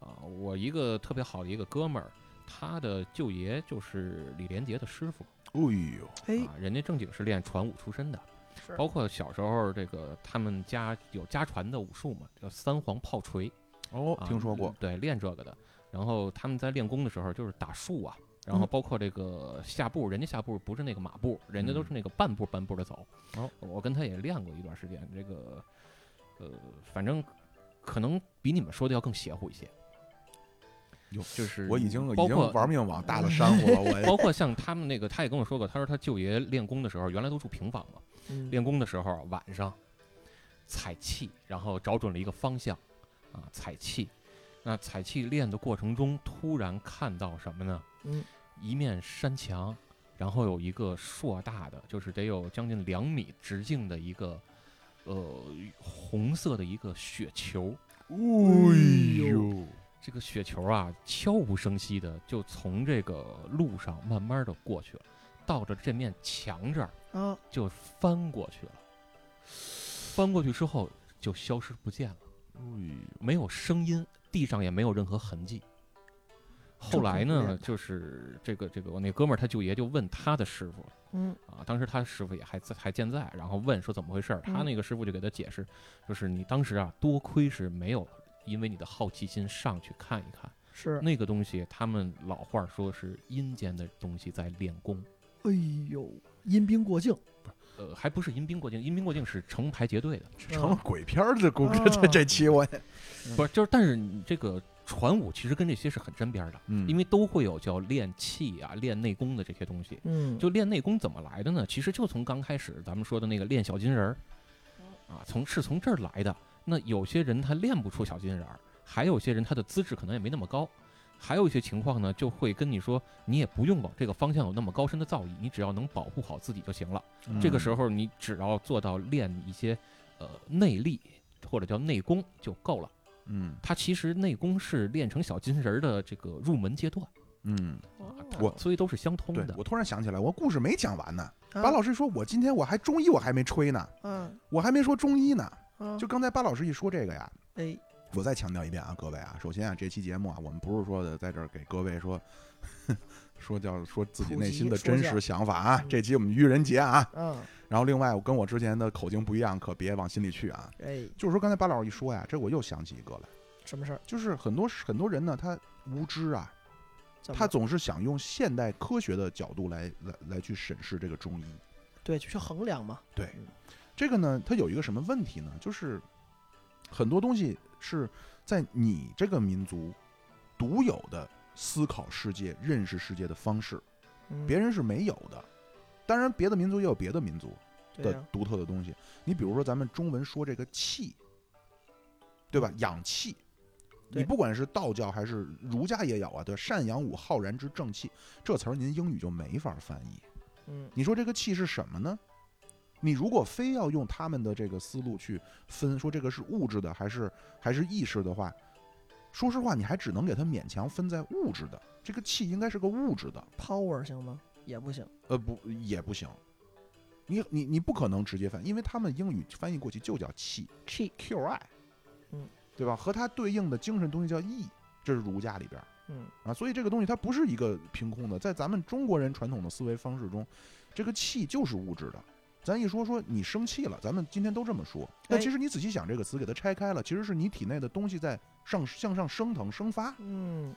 啊，我一个特别好的一个哥们儿，他的舅爷就是李连杰的师傅，哎呦，哎啊，，人家正经是练传武出身的是，包括小时候这个他们家有家传的武术嘛，叫三皇炮锤，哦啊听说过嗯，对，练这个的。然后他们在练功的时候就是打树啊，然后嗯包括这个下步，人家下步不是那个马步，人家都是嗯那个半步半步的走。哦我跟他也练过一段时间，这个呃，反正可能比你们说的要更邪乎一些。哟就是我已经已包经括嗯玩命往大了山火了， 我包括像他们那个，他也跟我说过，他说他舅爷练功的时候，原来都住平房嘛，嗯练功的时候晚上采气，然后找准了一个方向啊，采气。那采气练的过程中，突然看到什么呢？嗯，一面山墙，然后有一个硕大的，就是得有将近两米直径的一个。呃，红色的一个雪球，哎哎呦嗯呦，这个雪球啊，悄无声息的就从这个路上慢慢的过去了，到着这面墙这儿啊，就翻过去了。翻过去之后就消失不见了，哎呦，没有声音，地上也没有任何痕迹。后来这挺呢，厉害就是这个这个我那哥们儿他舅爷就问他的师傅嗯啊，当时他师傅也还在还健在，然后问说怎么回事儿，他嗯那个师傅就给他解释，就是你当时啊，多亏是没有因为你的好奇心上去看一看是，那个东西，他们老话儿说是阴间的东西在练功，哎呦，阴兵过境，呃，还不是阴兵过境，阴兵过境是成排结队的，成了鬼片儿这故啊这嗯这这期我也，不是就是，但是你这个传武其实跟这些是很沾边儿的，嗯因为都会有叫练气啊、练内功的这些东西。嗯，就练内功怎么来的呢？其实就从刚开始咱们说的那个练小金人儿，啊，从是从这儿来的。那有些人他练不出小金人儿，还有些人他的资质可能也没那么高，还有一些情况呢，就会跟你说，你也不用往这个方向有那么高深的造诣，你只要能保护好自己就行了。嗯这个时候你只要做到练一些呃内力或者叫内功就够了。嗯它其实内功是练成小金人儿的这个入门阶段，嗯，我我所以都是相通对的。嗯我突然想起来，我故事没讲完呢。啊巴老师说，我今天我还中医我还没吹呢，嗯我还没说中医呢。嗯，就刚才巴老师一说这个呀，哎，我再强调一遍啊，各位啊，首先啊，这期节目啊，我们不是说的在这儿给各位说 说叫说自己普内及心的说真教实想法啊嗯，这期我们愚人节啊，嗯然后另外我跟我之前的口径不一样，可别往心里去啊。哎，就是说刚才巴老师一说呀，这我又想起一个来，什么事儿？就是很多很多人呢，他无知啊，怎么他总是想用现代科学的角度来来来去审视这个中医。对去衡量嘛？对嗯，这个呢，它有一个什么问题呢？就是很多东西是在你这个民族独有的思考世界、认识世界的方式，嗯别人是没有的。当然，别的民族也有别的民族对啊的呀，独特的东西。你比如说，咱们中文说这个气，对吧？养气。对你不管是道教还是儒家也有啊，对吧，善养五，浩然之正气，这词儿您英语就没法翻译。嗯你说这个气是什么呢？你如果非要用他们的这个思路去分，说这个是物质的还是还是意识的话，说实话，你还只能给它勉强分在物质的。这个气应该是个物质的， ，power 行吗？也不行，呃，不也不行。你你你不可能直接翻，因为他们英语翻译过去就叫气 cheek QI，嗯，对吧？和它对应的精神东西叫意，这是儒家里边儿嗯啊，所以这个东西它不是一个凭空的，在咱们中国人传统的思维方式中，这个气就是物质的。咱一说说你生气了，咱们今天都这么说，但哎其实你仔细想这个词，给它拆开了，其实是你体内的东西在上向上升腾升发，嗯，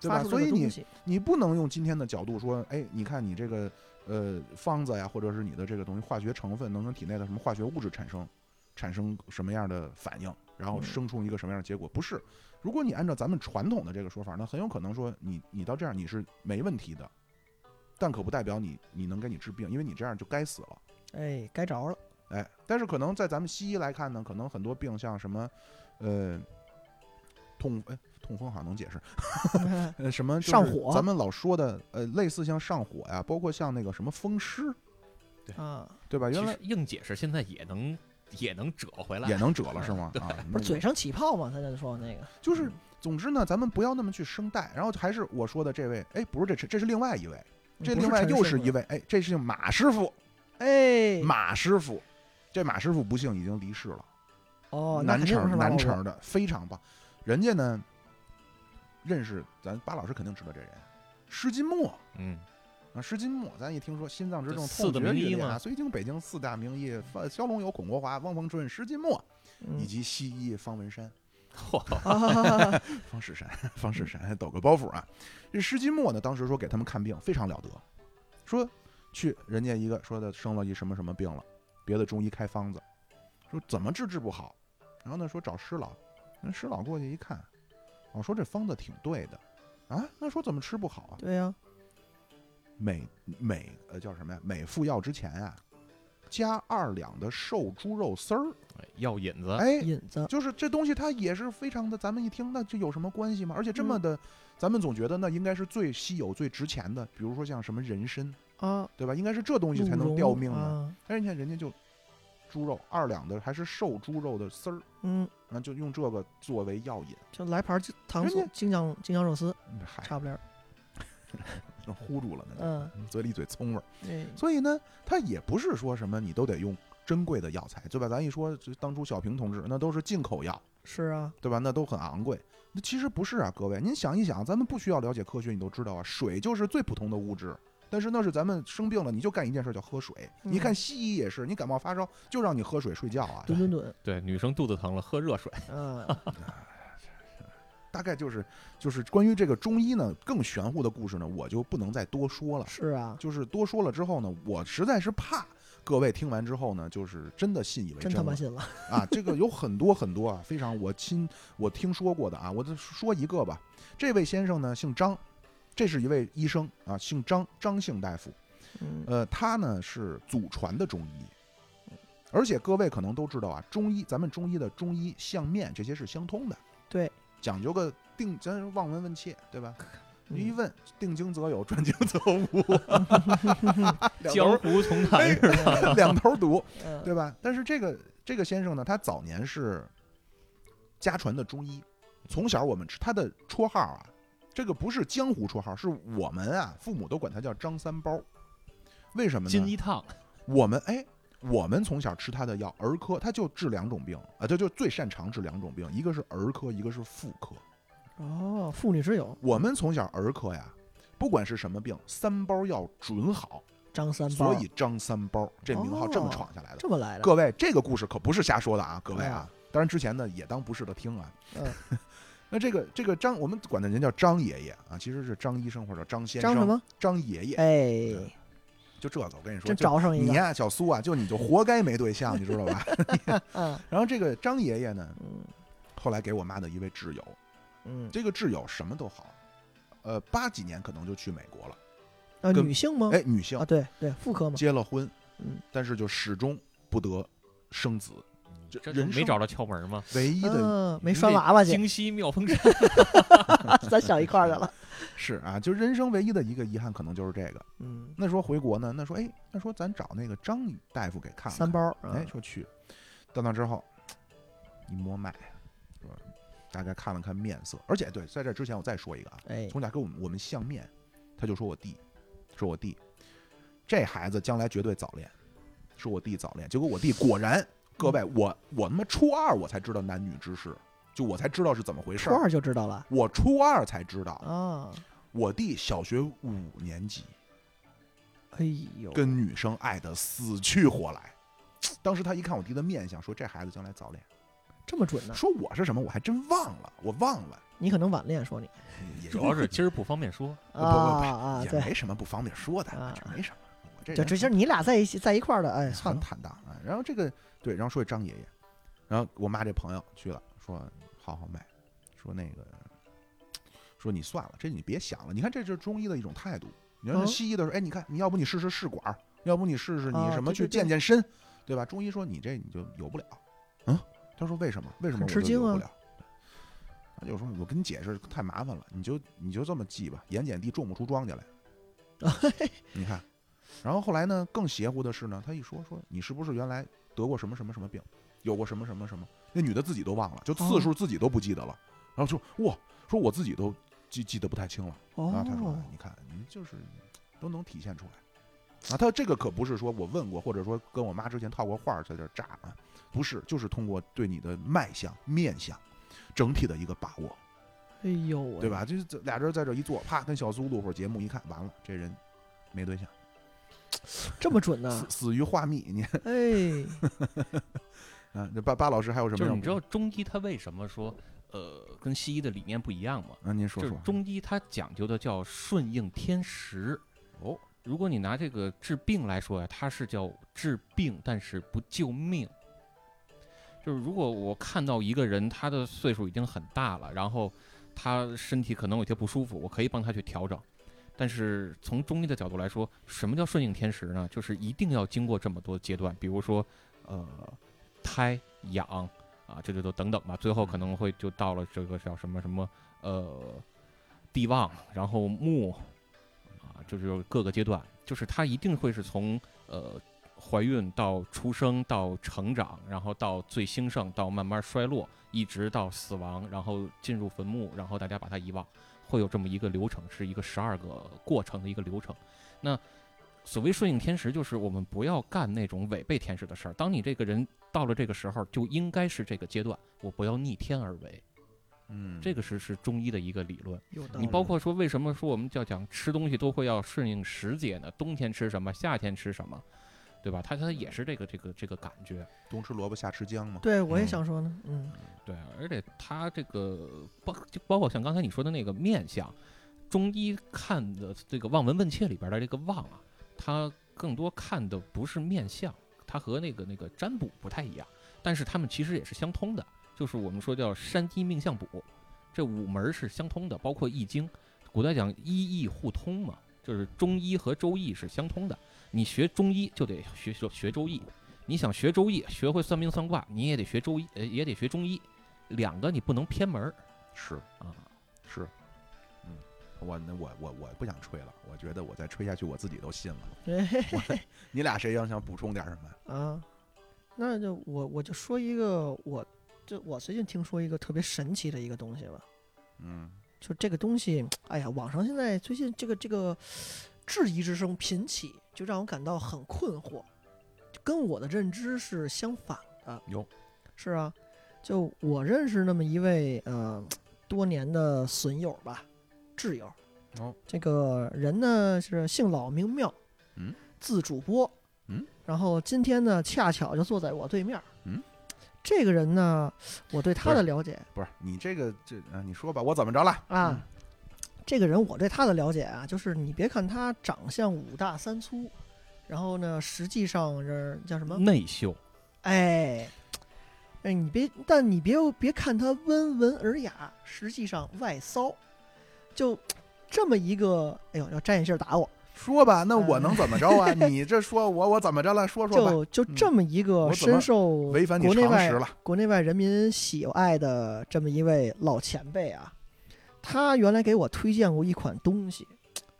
对发吧？出所这以个你东西你不能用今天的角度说，哎，你看你这个呃方子呀，或者是你的这个东西化学成分能跟体内的什么化学物质产生产生什么样的反应，然后嗯生出一个什么样的结果？不是，如果你按照咱们传统的这个说法，那很有可能说你你到这样你是没问题的，但可不代表你你能给你治病，因为你这样就该死了。哎该 着了，哎，但是可能在咱们西医来看呢，可能很多病像什么，呃，痛哎痛风好像能解释，呃，什么就是上火咱们老说的，呃，类似像上火呀，包括像那个什么风湿，啊，对吧？原其来实硬解释现在也能也能折回来也，能折了是 吗？啊，那不是嘴嗯个上起泡嘛？他就说那个就是，总之呢，咱们不要那么去生带。然后还是我说的这位，哎，不是这这是另外一位，这嗯不另外陈又师是傅一位，哎，这是姓马师傅，哎马师傅，这马师傅不幸已经离世了，哦，那南肯定不是城马南老师城的非常棒，人家呢认识咱巴老师肯定知道这人，施金墨。 嗯，啊，施金墨，咱一听说心脏之这症四痛大绝名律医令啊，嘛虽经北京四大名医，呃骁龙有孔国华、汪逢春、施金墨，嗯嗯以及西医方文山、嚯，啊，方世山、方世山抖个包袱啊。这施金墨呢，当时说给他们看病非常了得，说去人家一个说的生了一什么什么病了，别的中医开方子，说怎么治治不好，然后呢说找施老，那施老过去一看，哦说这方子挺对的，啊那说怎么吃不好啊？ 对呀，每每呃叫什么呀？每服药之前啊，加二两的瘦猪肉丝儿。药引啊子，哎，引子就是这东西它也是非常的，咱们一听那这有什么关系吗？而且这嗯么的，咱们总觉得那应该是最稀有、最值钱的，比如说像什么人参，啊，对吧？应该是这 东西才鹿能茸吊命呢。啊，但是你看人家就猪肉二两的，还是瘦猪肉的丝儿，嗯，那就用这个作为药引，就来盘儿京糖人醋家哎京酱京酱肉丝，嗨，差不离儿，糊住了呢，嗯，嘴里一嘴葱味儿。哎所以呢，它也不是说什么你都得用珍贵的药材，对吧？咱一说这当初小平同志，那都是进口药，是啊，对吧？那都很昂贵。那其实不是啊，各位，您想一想，咱们不需要了解科学，你都知道啊，水就是最普通的物质。但是那是咱们生病了，你就干一件事叫喝水。你看嗯西医也是，你感冒发烧就让你喝水睡觉啊，吨吨吨，对，女生肚子疼了喝热水，嗯，大概就是就是关于这个中医呢更玄乎的故事呢，我就不能再多说了。是 啊，就是多说了之后呢，我实在是怕各位听完之后呢，就是真的信以为真真他了妈信了，啊！这个有很多很多啊，非常我亲我听说过的啊，我就说一个吧。这位先生呢姓张，这是一位医生啊，姓张，张姓大夫。嗯呃，他呢是祖传的中医，而且各位可能都知道啊，中医咱们中医的中医相面这些是相通的，对，讲究个定，咱说望闻问切，对吧？一嗯，问，定经则有，转经则 无，两头江哎湖从谈是吧？两头堵，嗯对吧？但是这个这个先生呢，他早年是家传的中医，从小我们知他的绰号啊，这个不是江湖绰号，是我们啊父母都管他叫张三包，为什么 金呢？一烫，我们哎。我们从小吃他的药，儿科他就治两种病啊，他就最擅长治两种病，一个是儿科，一个是妇科。哦，妇女之友，我们从小儿科呀，不管是什么病，三包药准好，张三包，哦所以张三包这名号这么闯下来的。这么来的，各位，这个故事可不是瞎说的啊，各位啊，当然之前呢也当不是的听啊。嗯 那这个这个张，我们管的人叫张爷爷啊，其实是张医生或者张先生。张什？么？张爷爷，哎，就这个，我跟你说，真就找上一你个，呀、小苏啊，就你就活该没对象，你知道 吧？嗯然后这个张爷爷呢，嗯后来给我妈的一位挚友，嗯，这个挚友什么都好，呃，八几年可能就去美国了，啊，跟女性吗？哎，女性啊，对对，妇科嘛，结了婚，嗯，但是就始终不得生子，这这人没生找着窍门吗？唯一的嗯，没你拴得娃娃去，啊京西妙峰山， 咱想一块儿去了，是啊，就人生唯一的一个遗憾，可能就是这个。嗯，那时候回国呢，那说哎，那说咱找那个张大夫给看看三，包，啊哎，说去，到那之后一摸脉，说大概看了看面色，而且对，在这之前我再说一个啊，哎，从小跟我们我们相面，他就说我弟，说我弟这孩子将来绝对早恋，说我弟早恋，结果我弟果然，各位我我他妈初二我才知道男女之事，就我才知道是怎么回事初儿，二就知道了我初二才知道。啊，我弟小学五年级哎呦，跟女生爱得死去活来，当时他一看我弟的面相，说这孩子将来早恋。这么准呢？说我是什么，我还真忘了，我忘了，你可能晚恋，说你也主要是今儿不方便说，不啊不啊，也对，没啊什么不方便说的，这没什么。我这就人这就是你俩在一起在一块儿的，哎，算很了，坦荡啊。然后这个对，然后说这张爷爷，然后我妈这朋友去了，说好好卖，说那个，说你算了，这你别想了。你看这就是中医的一种态度。你要嗯是西医的时候，哎，你看你要不你试试试管儿，要不你试试啊你什么对对去对健健身，对吧？中医说你这你就有不了，嗯，他说为什么？为什么很我吃就有惊啊不了？他就说：“我跟你解释太麻烦了，你就你就这么记吧，盐碱地种不出庄稼 来。”你看，然后后来呢，更邪乎的是呢，他一说说你是不是原来得过什么什么什么病，有过什么什么什么，那女的自己都忘了，就次数自己都不记得了，然后就哇，说我自己都记记得不太清了。然后他说，哦哎，你看你就是都能体现出来。啊，他这个可不是说我问过，或者说跟我妈之前套过话儿在这儿炸啊，不是，就是通过对你的脉象、面相，整体的一个把握，哎呦喂，对吧？ 就是这俩人在这一坐，啪，跟小苏录会儿节目，一看完了，这人没对象，这么准呢 死？死于画密，你哎，啊，这巴巴老师还有什么就要是补？你知道中医它为什么说呃跟西医的理念不一样吗？啊？您说就是说。中医它讲究的叫顺应天时。哦，如果你拿这个治病来说呀，它是叫治病，但是不救命。就是如果我看到一个人他的岁数已经很大了，然后他身体可能有些不舒服，我可以帮他去调整。但是从中医的角度来说，什么叫顺应天时呢？就是一定要经过这么多阶段，比如说，呃，胎养啊，这个都等等吧，最嗯后可能会就到了这个叫什么什么呃地旺，然后木啊，就是有各个阶段，就是它一定会是从呃怀孕到出生到成长，然后到最兴盛，到慢慢衰落，一直到死亡，然后进入坟墓，然后大家把它遗忘，会有这么一个流程，是一个十二个过程的一个流程。那所谓顺应天时，就是我们不要干那种违背天时的事儿。当你这个人到了这个时候，就应该是这个阶段，我不要逆天而为。嗯，这个是是中医的一个理论。有道你理。包括说，为什么说我们叫讲吃东西都会要顺应时节呢？冬天吃什么，夏天吃什么，对吧？它它也是这个这个这个感觉。冬吃萝卜夏吃姜嘛。对，我也嗯想说呢， 嗯，对，而且它这个包就包括像刚才你说的那个面相，中医看的这个望闻问切里边的这个望啊，它更多看的不是面相，它和那个那个占卜不太一样，但是它们其实也是相通的，就是我们说叫山医命相卜，这五门儿是相通的，包括易经，古代讲医易互通嘛，就是中医和周易是相通的，你学中医就得学学学周易。你想学周易，学会算命算卦，你也得学周易，呃，也得学中医，两个你不能偏门儿是啊。是，嗯，我那我我我不想吹了，我觉得我再吹下去我自己都信了。对你俩谁要想补充点什么？啊，那就我我就说一个，我就我最近听说一个特别神奇的一个东西吧，嗯就这个东西，哎呀，网上现在最近这个这个质疑之声频起，就让我感到很困惑，就跟我的认知是相反的。哟，是啊，就我认识那么一位呃多年的损友吧，挚友。哦，这个人呢是姓老名妙，嗯，字主播，嗯，然后今天呢恰巧就坐在我对面，嗯，这个人呢，我对不他的是了解不是你这个这啊，你说吧，我怎么着了？啊，这个人我对他的了解啊，就是你别看他长相五大三粗，然后呢，实际上是叫什么？嗯内秀，哎，哎，你别，但你别别看他温文尔雅，实际上外骚，就这么一个，哎呦，要沾一下打我，说吧，那我能怎么着啊？你这说我我怎么着了？说说吧，嗯就就这么一个我怎么深受违反你国内常外识了。国内外人民喜爱的这么一位老前辈啊，他原来给我推荐过一款东西，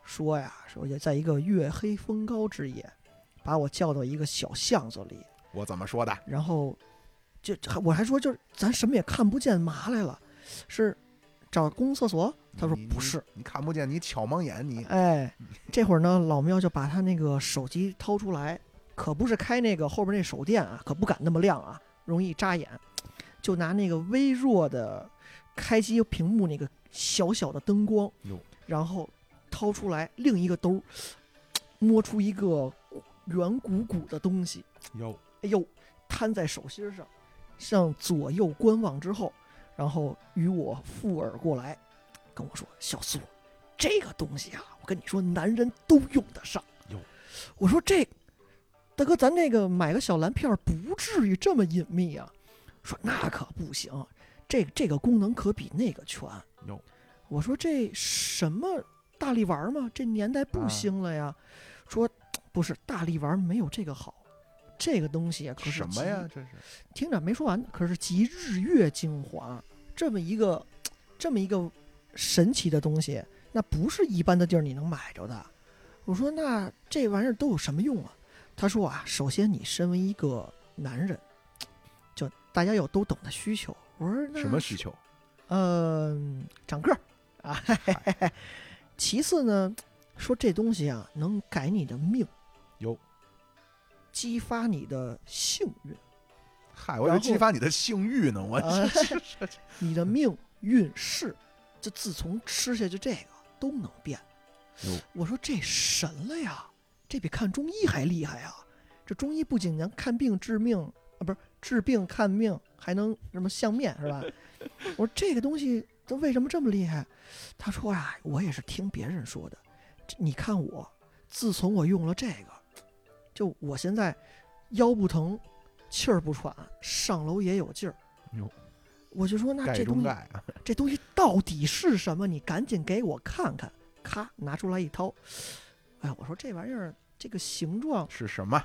说呀，说也在一个月黑风高之夜，把我叫到一个小巷子里，我怎么说的？然后就我还说就是咱什么也看不见，嘛来了？是找公共厕所？他说你不是，，你你看不见，你巧蒙眼，你哎，这会儿呢，老喵就把他那个手机掏出来，可不是开那个后边那手电啊，可不敢那么亮啊，容易扎眼。就拿那个微弱的开机屏幕那个小小的灯光哟，然后掏出来另一个兜儿，摸出一个圆鼓鼓的东西，哟，哎呦，摊在手心上，向左右观望之后，然后与我附耳过来，跟我说：“小苏，这个东西啊，我跟你说，男人都用得上。哟”我说这，大哥，咱这个买个小蓝片儿不至于这么隐秘啊。说那可不行，这这个功能可比那个全哟。我说这什么大力丸吗？这年代不啊兴了呀。说不是大力丸没有这个好，这个东西啊可是什么集呀？这是听着没说完呢，可是集日月精华这么一个这么一个神奇的东西，那不是一般的地儿你能买着的。我说那这玩意儿都有什么用啊？他说啊，首先你身为一个男人，就大家有都懂的需求。我说那什么需求？嗯，长个儿啊。 其次呢，说这东西啊能改你的命，哟，激发你的幸运，嗨，我以为然后激发你的性欲呢，我啊 你的命运势，就自从吃下去这个都能变哟。我说这神了呀，这比看中医还厉害啊！这中医不仅能看病治命啊，不是治病看命，还能什么相面是吧？我说这个东西它为什么这么厉害？他说啊，我也是听别人说的。这你看我，自从我用了这个，就我现在腰不疼，气儿不喘，上楼也有劲儿哟。我就说那盖这东中西盖啊，这东西到底是什么？你赶紧给我看看。咔，拿出来一掏，哎呀，我说这玩意儿这个形状，是什么？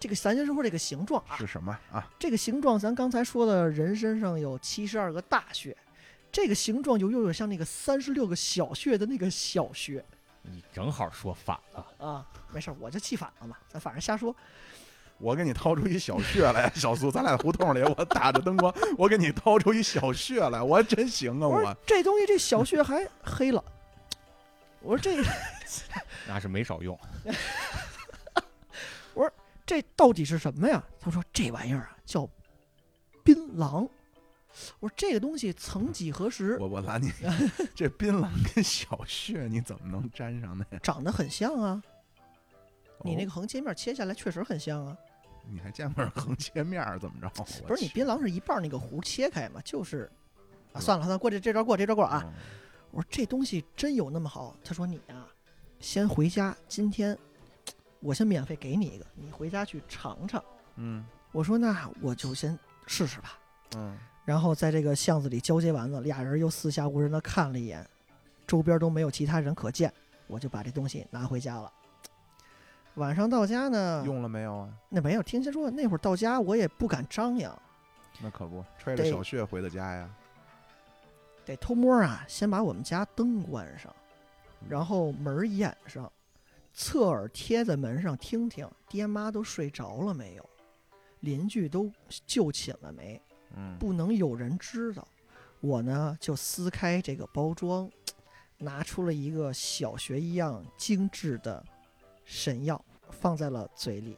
这个咱先说这个形状啊，是什么啊？这个形状，咱刚才说的人身上有七十二个大穴，这个形状就有点像那个三十六个小穴的那个小穴你正好说反了，啊。没事儿，我就气反了嘛，咱反正瞎说。我给你掏出一小穴来， 小苏，咱俩胡同里，我打着灯光， 我给你掏出一小穴来，我真行啊，我我说这东西这小穴还黑了，我说这个哎那是没少用。这到底是什么呀？他说这玩意儿啊叫槟榔。我说这个东西曾几何时我我拦 你，这槟榔跟小穴你怎么能沾上呢？长得很像啊，你那个个横切面切下来确实很像啊。哦你还见过人横切面儿怎么着？我不是你去槟榔是一半儿那个核切开嘛，就是啊，是算了算了，过这这招过这招过啊。！哦我说这东西真有那么好？他说你啊，先回家，今天我先免费给你一个，你回家去尝尝。嗯我说那我就先试试吧。嗯，然后在这个巷子里交接完了，俩人又四下无人的看了一眼，周边都没有其他人可见，我就把这东西拿回家了。晚上到家呢，用了没有啊？那没有听先说，那会儿到家我也不敢张扬，那可不，揣着对小穴回的家呀。得偷摸啊，先把我们家灯关上，嗯然后门儿掩上，侧耳贴在门上听听爹妈都睡着了没有，邻居都就寝了没，嗯，不能有人知道。我呢就撕开这个包装，拿出了一个小学一样精致的神药，放在了嘴里。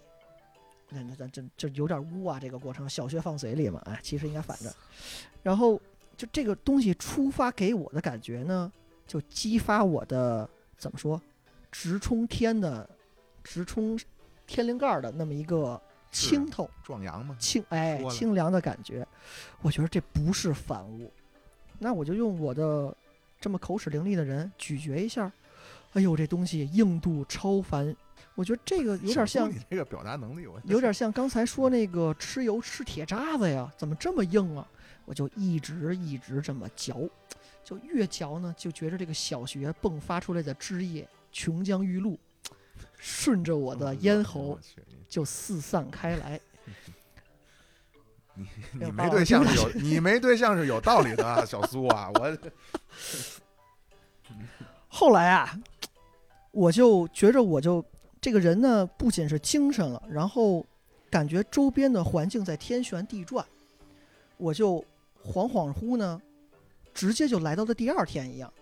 那那咱这这有点污啊！这个过程，小学放嘴里嘛，啊，其实应该反着。然后就这个东西触发给我的感觉呢，就激发我的怎么说，直冲天的，直冲天灵盖儿的那么一个是清透。壮阳嘛。清哎说了清凉的感觉，我觉得这不是反物。那我就用我的这么口齿伶俐的人咀嚼一下，哎呦，这东西硬度超凡。我觉得这个有点小姑像，你这个表达能力，我有点像刚才说那个吃油吃铁渣子呀，怎么这么硬啊？我就一直一直这么嚼，就越嚼呢，就觉着这个小学迸发出来的汁液琼浆玉露，顺着我 嗯的咽喉我去就四散开来。 你哎你呦没爸对爸象对是不有，你没对象是有道理的啊，小苏啊，我后来啊，我就觉着我就这个人呢，不仅是精神了，然后感觉周边的环境在天旋地转，我就恍恍惚呢，直接就来到了第二天一样。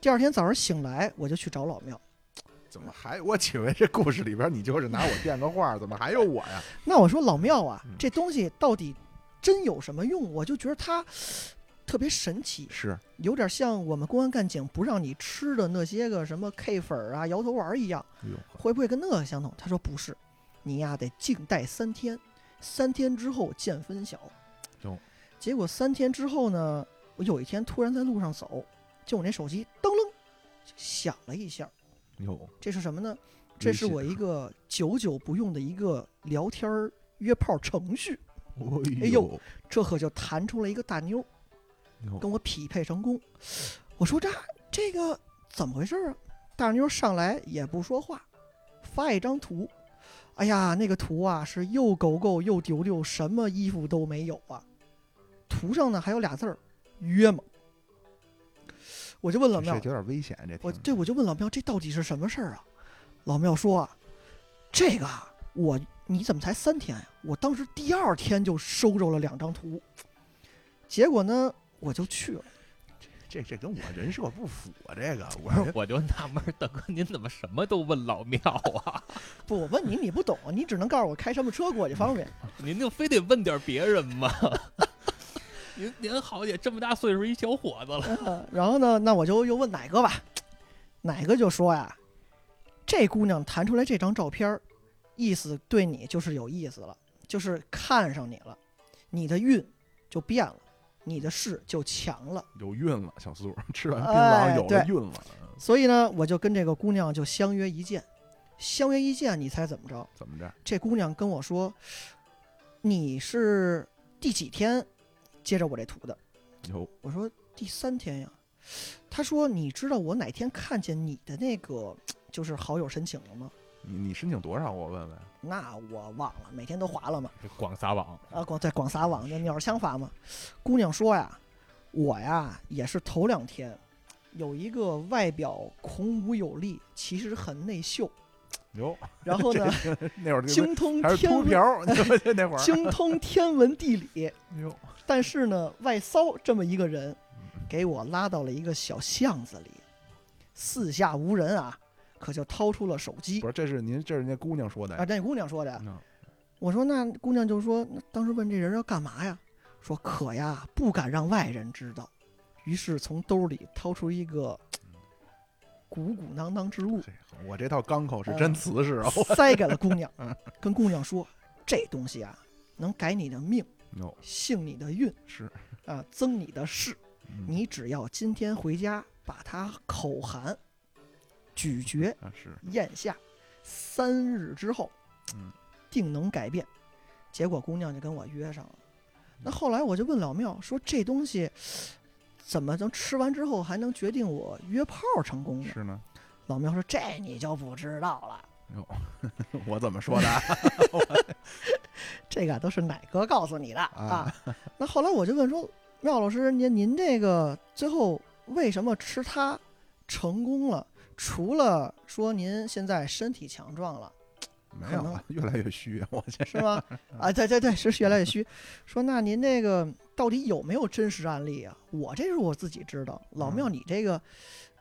第二天早上醒来，我就去找老庙。怎么还？我以为这故事里边你就是拿我垫个话儿，怎么还有我呀？那我说老庙啊嗯，这东西到底真有什么用？我就觉得它特别神奇，是，有点像我们公安干警不让你吃的那些个什么 K 粉儿啊、摇头丸儿一样。哎呦会不会跟那个相同？他说不是，你呀得静待三天，三天之后见分晓哟。结果三天之后呢，我有一天突然在路上走，就我那手机噔楞就响了一下，呦，这是什么呢？这是我一个久久不用的一个聊天儿约炮程序，哎哎呦，这可就弹出了一个大妞，跟我匹配成功。我说这这个怎么回事儿啊？大妞上来也不说话，发一张图。哎呀，那个图啊是又狗狗又丢丢，什么衣服都没有啊。图上呢还有俩字儿“约吗”，我就问老这庙有，点危险，这我听着对我就问老庙这到底是什么事儿啊？老庙说啊，这个啊我你怎么才三天呀、我当时第二天就收着了两张图，结果呢我就去了。这这跟我人设不符啊，这个我不是，我就纳闷儿，大哥您怎么什么都问老庙 啊？不，我问你你不懂，你只能告诉我开什么车过去方便。您就非得问点别人 吗？您您好也这么大岁数一小伙子了，呃然后呢，那我就又问奶哥吧，奶哥就说呀，这姑娘弹出来这张照片儿，意思对你就是有意思了，就是看上你了，你的运就变了，你的势就强了。有孕了，小苏吃完槟哎榔有了对孕了，所以呢，我就跟这个姑娘就相约一见，相约一见，你猜怎么着？怎么着？这姑娘跟我说，你是第几天接着我这图的？有我说第三天呀。他说你知道我哪天看见你的那个就是好友申请了吗？你你申请多少？我问问。那我忘了，每天都划了嘛。这广撒网，啊，广在广撒网的鸟儿枪法嘛。姑娘说呀，我呀也是头两天，有一个外表孔武有力，其实很内秀，哟，然后呢 那会儿就精通还是天秃文瓢儿， 那会儿精通天文地理，哟，但是呢，外骚这么一个嗯人，给我拉到了一个小巷子里，四下无人啊，可就掏出了手机不是，这是您这是人家姑娘说的啊。呀，这姑娘说的，嗯我说那姑娘就说，那当时问这人要干嘛呀？说可呀，不敢让外人知道。于是从兜里掏出一个嗯鼓鼓囊囊之物，这我这套钢口是真瓷实啊！塞给了姑娘嗯，跟姑娘说，这东西啊，能改你的命， no 幸你的运是，啊，增你的势。嗯你只要今天回家把它口含、咀嚼、啊是咽下，三日之后嗯，定能改变。结果姑娘就跟我约上了。嗯那后来我就问老庙说：“这东西怎么能吃完之后还能决定我约炮成功呢是呢，？”老庙说：“这你就不知道了，我怎么说的啊？这个都是奶哥告诉你的啊。”那后来我就问说：“妙老师，您您这个最后为什么吃它成功了？除了说您现在身体强壮了。”没有啊，越来越虚，我这是吗？啊，对对对，是越来越虚。说那您这个到底有没有真实案例啊？我这是我自己知道。老嗯庙，你这个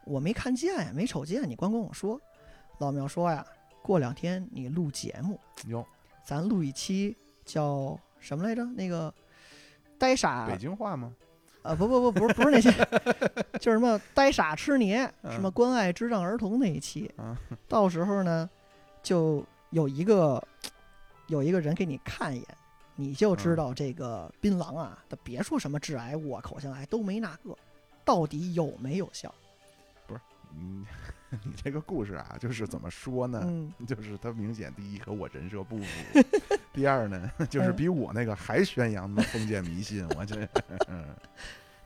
我没看见呀，没瞅见，你光跟我说。老庙说呀，过两天你录节目，哟，咱录一期叫什么来着？那个呆傻北京话吗？啊，不不不，不是不是那些，就是什么呆傻痴年，什么嗯关爱智障儿童那一期啊，到时候呢，就有一个有一个人给你看一眼，你就嗯知道这个槟榔啊，他别说什么致癌物、啊、口腔癌都没那个，到底有没有效？你嗯你这个故事啊，就是怎么说呢？嗯，就是它明显第一和我人设不 符，第二呢，就是比我那个还宣扬那封建迷信，我这，嗯，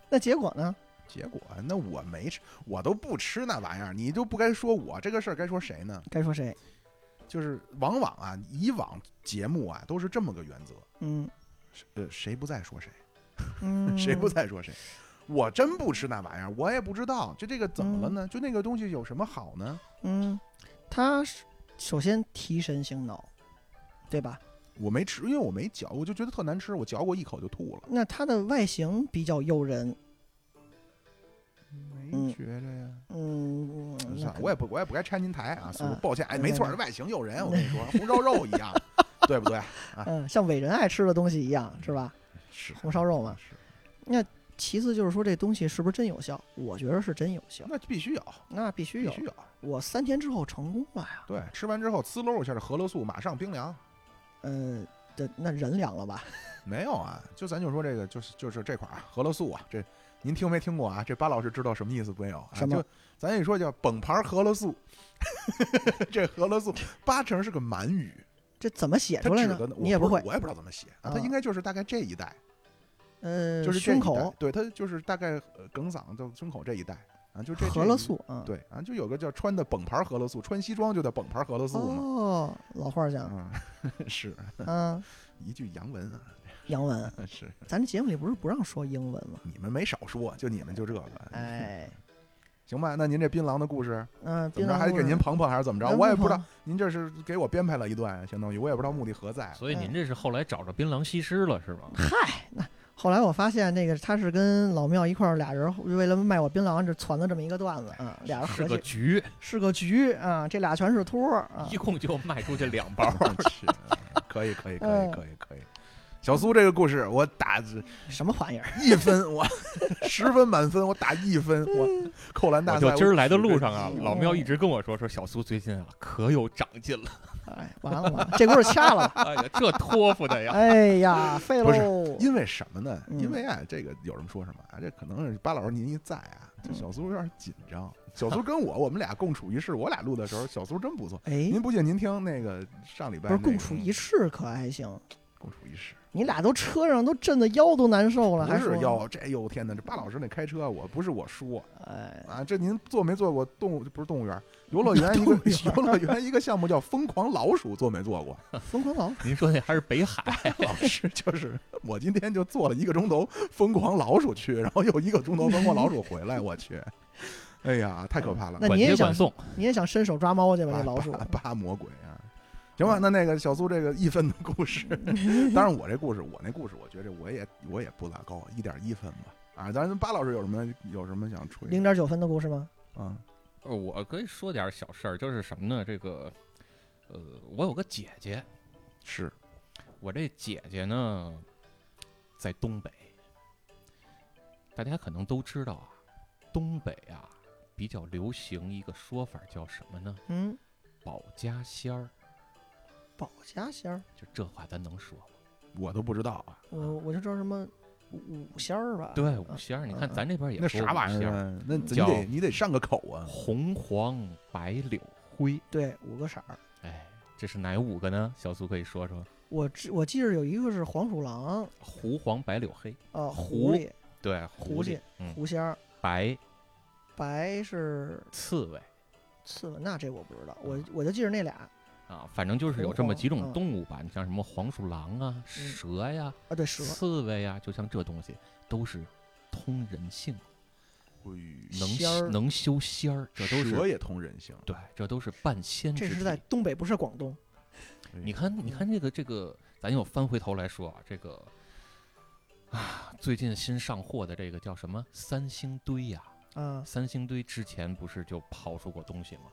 那结果呢？结果那我没吃，我都不吃那玩意儿，你就不该说我这个事儿，该说谁呢？该说谁？就是往往啊，以往节目啊都是这么个原则，嗯是呃，谁不在说谁，嗯，谁不在说谁。我真不吃那玩意儿，我也不知道，就这个怎么了呢？就那个东西有什么好呢？嗯，他是首先提神醒脑，对吧？我没吃，因为我没嚼，我就觉得特难吃，我嚼过一口就吐了，那它的外形比较诱人，嗯没觉着呀。嗯，嗯那算了，可我也不，我也不该拆您台啊，所以嗯抱歉，哎，没错，嗯这外形诱人，我跟你 说，红烧肉一样，对不对？嗯，像伟人爱吃的东西一样，是吧？是红烧肉嘛是，其次就是说这东西是不是真有效？我觉得是真有效，那必须有，那必须必有。须有。我三天之后成功了呀，对，吃完之后呲溜一下这饸饹素，马上冰凉。呃，这那人凉了吧？ 没有啊，就咱就说这个，就是就是这款啊，饸饹素啊，这您听没听过啊？这巴老师知道什么意思没有？啊、什么就咱一说叫崩盘饸饹素， 这饸饹素八成是个满语，这怎么写它出来哎指呢的呢？你也我不不会是，我也不知道怎么写啊，啊它应该就是大概这一带，呃，就是这胸一带口，对，它就是大概呃梗嗓到胸口这一带啊，就这饸饹。素啊。这一对啊，就有个叫穿的崩盘饸饹素，穿西装就叫崩盘饸饹素嘛。哦，老话儿讲嗯， 是啊，一句洋文啊，洋文，是咱这节目里不是不让说英文吗？你们没少说，就你们就这个，嗯哎，行吧？那您这槟榔的故事嗯、怎槟么着，榔还得故给事您捧捧还是怎么着？哎我也不不知捧道，您这是给我编排了一段，相当于我也不知道目的何 在。所以您这是后来找着槟榔西施了是吗？嗨，那后来我发现那个他是跟老庙一块儿俩人为了卖我槟榔，这传的这么一个段子啊，俩人是合个计局，是个局啊，这俩全是托儿啊一。共就卖出去两 包。是可以，可以，可嗯以，可以，可以。小苏这个故事，我打什么玩意儿？一分，我十分满分，我打一分，我扣篮大我赛。就今儿来的路上啊我，老喵一直跟我说说小苏最近啊可有长进 了，哎，完了完了，这故事掐了吧？哎呀这托付的呀，哎呀，废不是喽！因为什么呢？嗯因为啊，这个有什么说什么啊，这可能是巴老师您一在啊，这嗯小苏有点紧张。小苏跟我，我们俩共处一室，我俩录的时候，小苏真不错。哎，您不信？您听那个上礼拜不是那个共处一室可还行？共处一室，你俩都车上都震得腰都难受了，不还是说要这哟天哪！这巴老师那开车，我不是我说哎，啊，这您坐没坐过动物不是动物园游 乐园一个游乐园一个项目叫疯狂老鼠，坐没坐过？疯狂老鼠您说那还是北海， 老师就是我今天就坐了一个钟头疯狂老鼠去，然后又一个钟头疯狂老鼠回来，我去，哎呀，太可怕了，那管你也接想管送，你也想伸手抓猫去吧？八这老鼠，八八魔鬼啊！行吧，那那个小苏这个一分的故 事，当然我这故事，我那故事，我觉着我也我也不咋高，一点一分吧。啊，咱巴老师有什么有什么想吹零的？点九分的故事吗？嗯，呃，我可以说点儿小事儿，就是什么呢？这个，呃，我有个姐姐，是我这姐姐呢，在东北，大家可能都知道啊，东北啊比较流行一个说法叫什么呢？嗯，保家仙儿，保家仙儿，就这话咱能说吗？我都不知道啊，我我就知道什么五五仙儿吧？对，五仙儿，你看嗯咱这边也那说啥五玩意仙儿儿？啊？那你叫得你得上个口啊，红黄白柳灰，对，五个色儿。哎，这是哪五个呢？小苏可以说说，我记我记着有一个是黄鼠狼，狐黄白柳黑，呃，狐狐狸、对，狐狐狸狸，、嗯，狐仙儿，白白是刺猬。刺猬，那这我不知道，我啊我就记着那俩啊，啊，反正就是有红这么黄几种嗯动物吧，你像什么黄鼠狼啊、蛇呀、对，蛇，刺猬呀，就像这东西都是通人性的，能仙修儿能修仙儿，这都蛇是也通人性，对，这都是半仙这之是在体东北，不是广东。你看，你看这个这个，咱又翻回头来说啊，这个啊，最近新上货的这个叫什么三星堆呀、啊，三星堆之前不是就刨出过东西吗？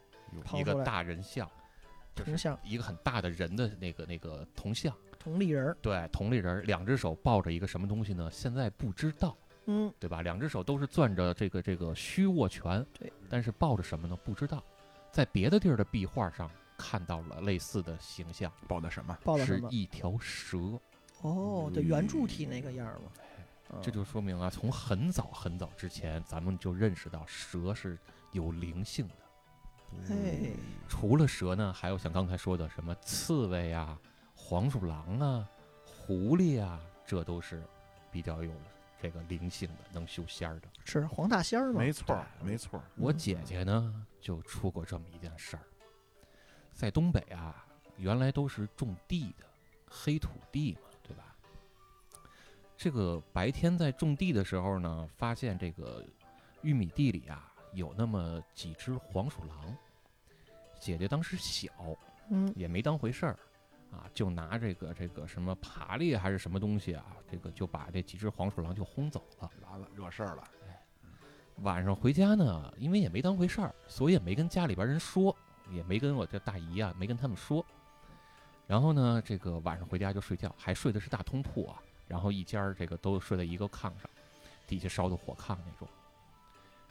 刨出一个来大人像，就是铜像、一个很大的人的那个那个铜像。同立人儿，对，同类人儿两只手抱着一个什么东西呢？现在不知道，嗯，对吧？两只手都是攥着这个这个虚握拳，对，但是抱着什么呢？不知道。在别的地儿的壁画上看到了类似的形象，报哎的什么？抱了什是么？一条蛇。哦，对，圆柱体那个样儿嘛。啊哎这就说明啊，从很早很早之前，咱们就认识到蛇是有灵性的。哎，嗯除了蛇呢，还有像刚才说的什么刺猬啊、黄鼠狼啊、狐狸啊，这都是比较有这个灵性的，能修仙儿的。是黄大仙儿嘛？没错儿，对没错儿，我嗯姐姐呢就出过这么一件事儿，在东北啊，原来都是种地的，黑土地嘛，对吧？这个白天在种地的时候呢，发现这个玉米地里啊有那么几只黄鼠狼。姐姐当时小，嗯，也没当回事儿，啊，就拿这个这个什么爬犁还是什么东西啊，这个就把这几只黄鼠狼就轰走了。完了惹事儿了，晚上回家呢，因为也没当回事儿，所以也没跟家里边人说，也没跟我这大姨啊，没跟他们说。然后呢，这个晚上回家就睡觉，还睡的是大通铺啊，然后一家儿这个都睡在一个炕上，底下烧的火炕那种。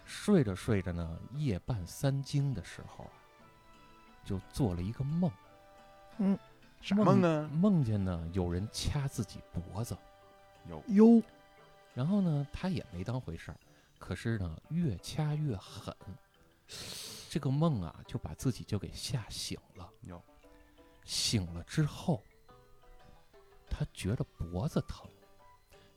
睡着睡着呢，夜半三更的时候啊，就做了一个梦，啥梦啊？梦见呢有人掐自己脖子，有哟，然后呢，他也没当回事儿，可是呢，越掐越狠，这个梦啊，就把自己就给吓醒了。哟醒了之后，他觉着脖子疼，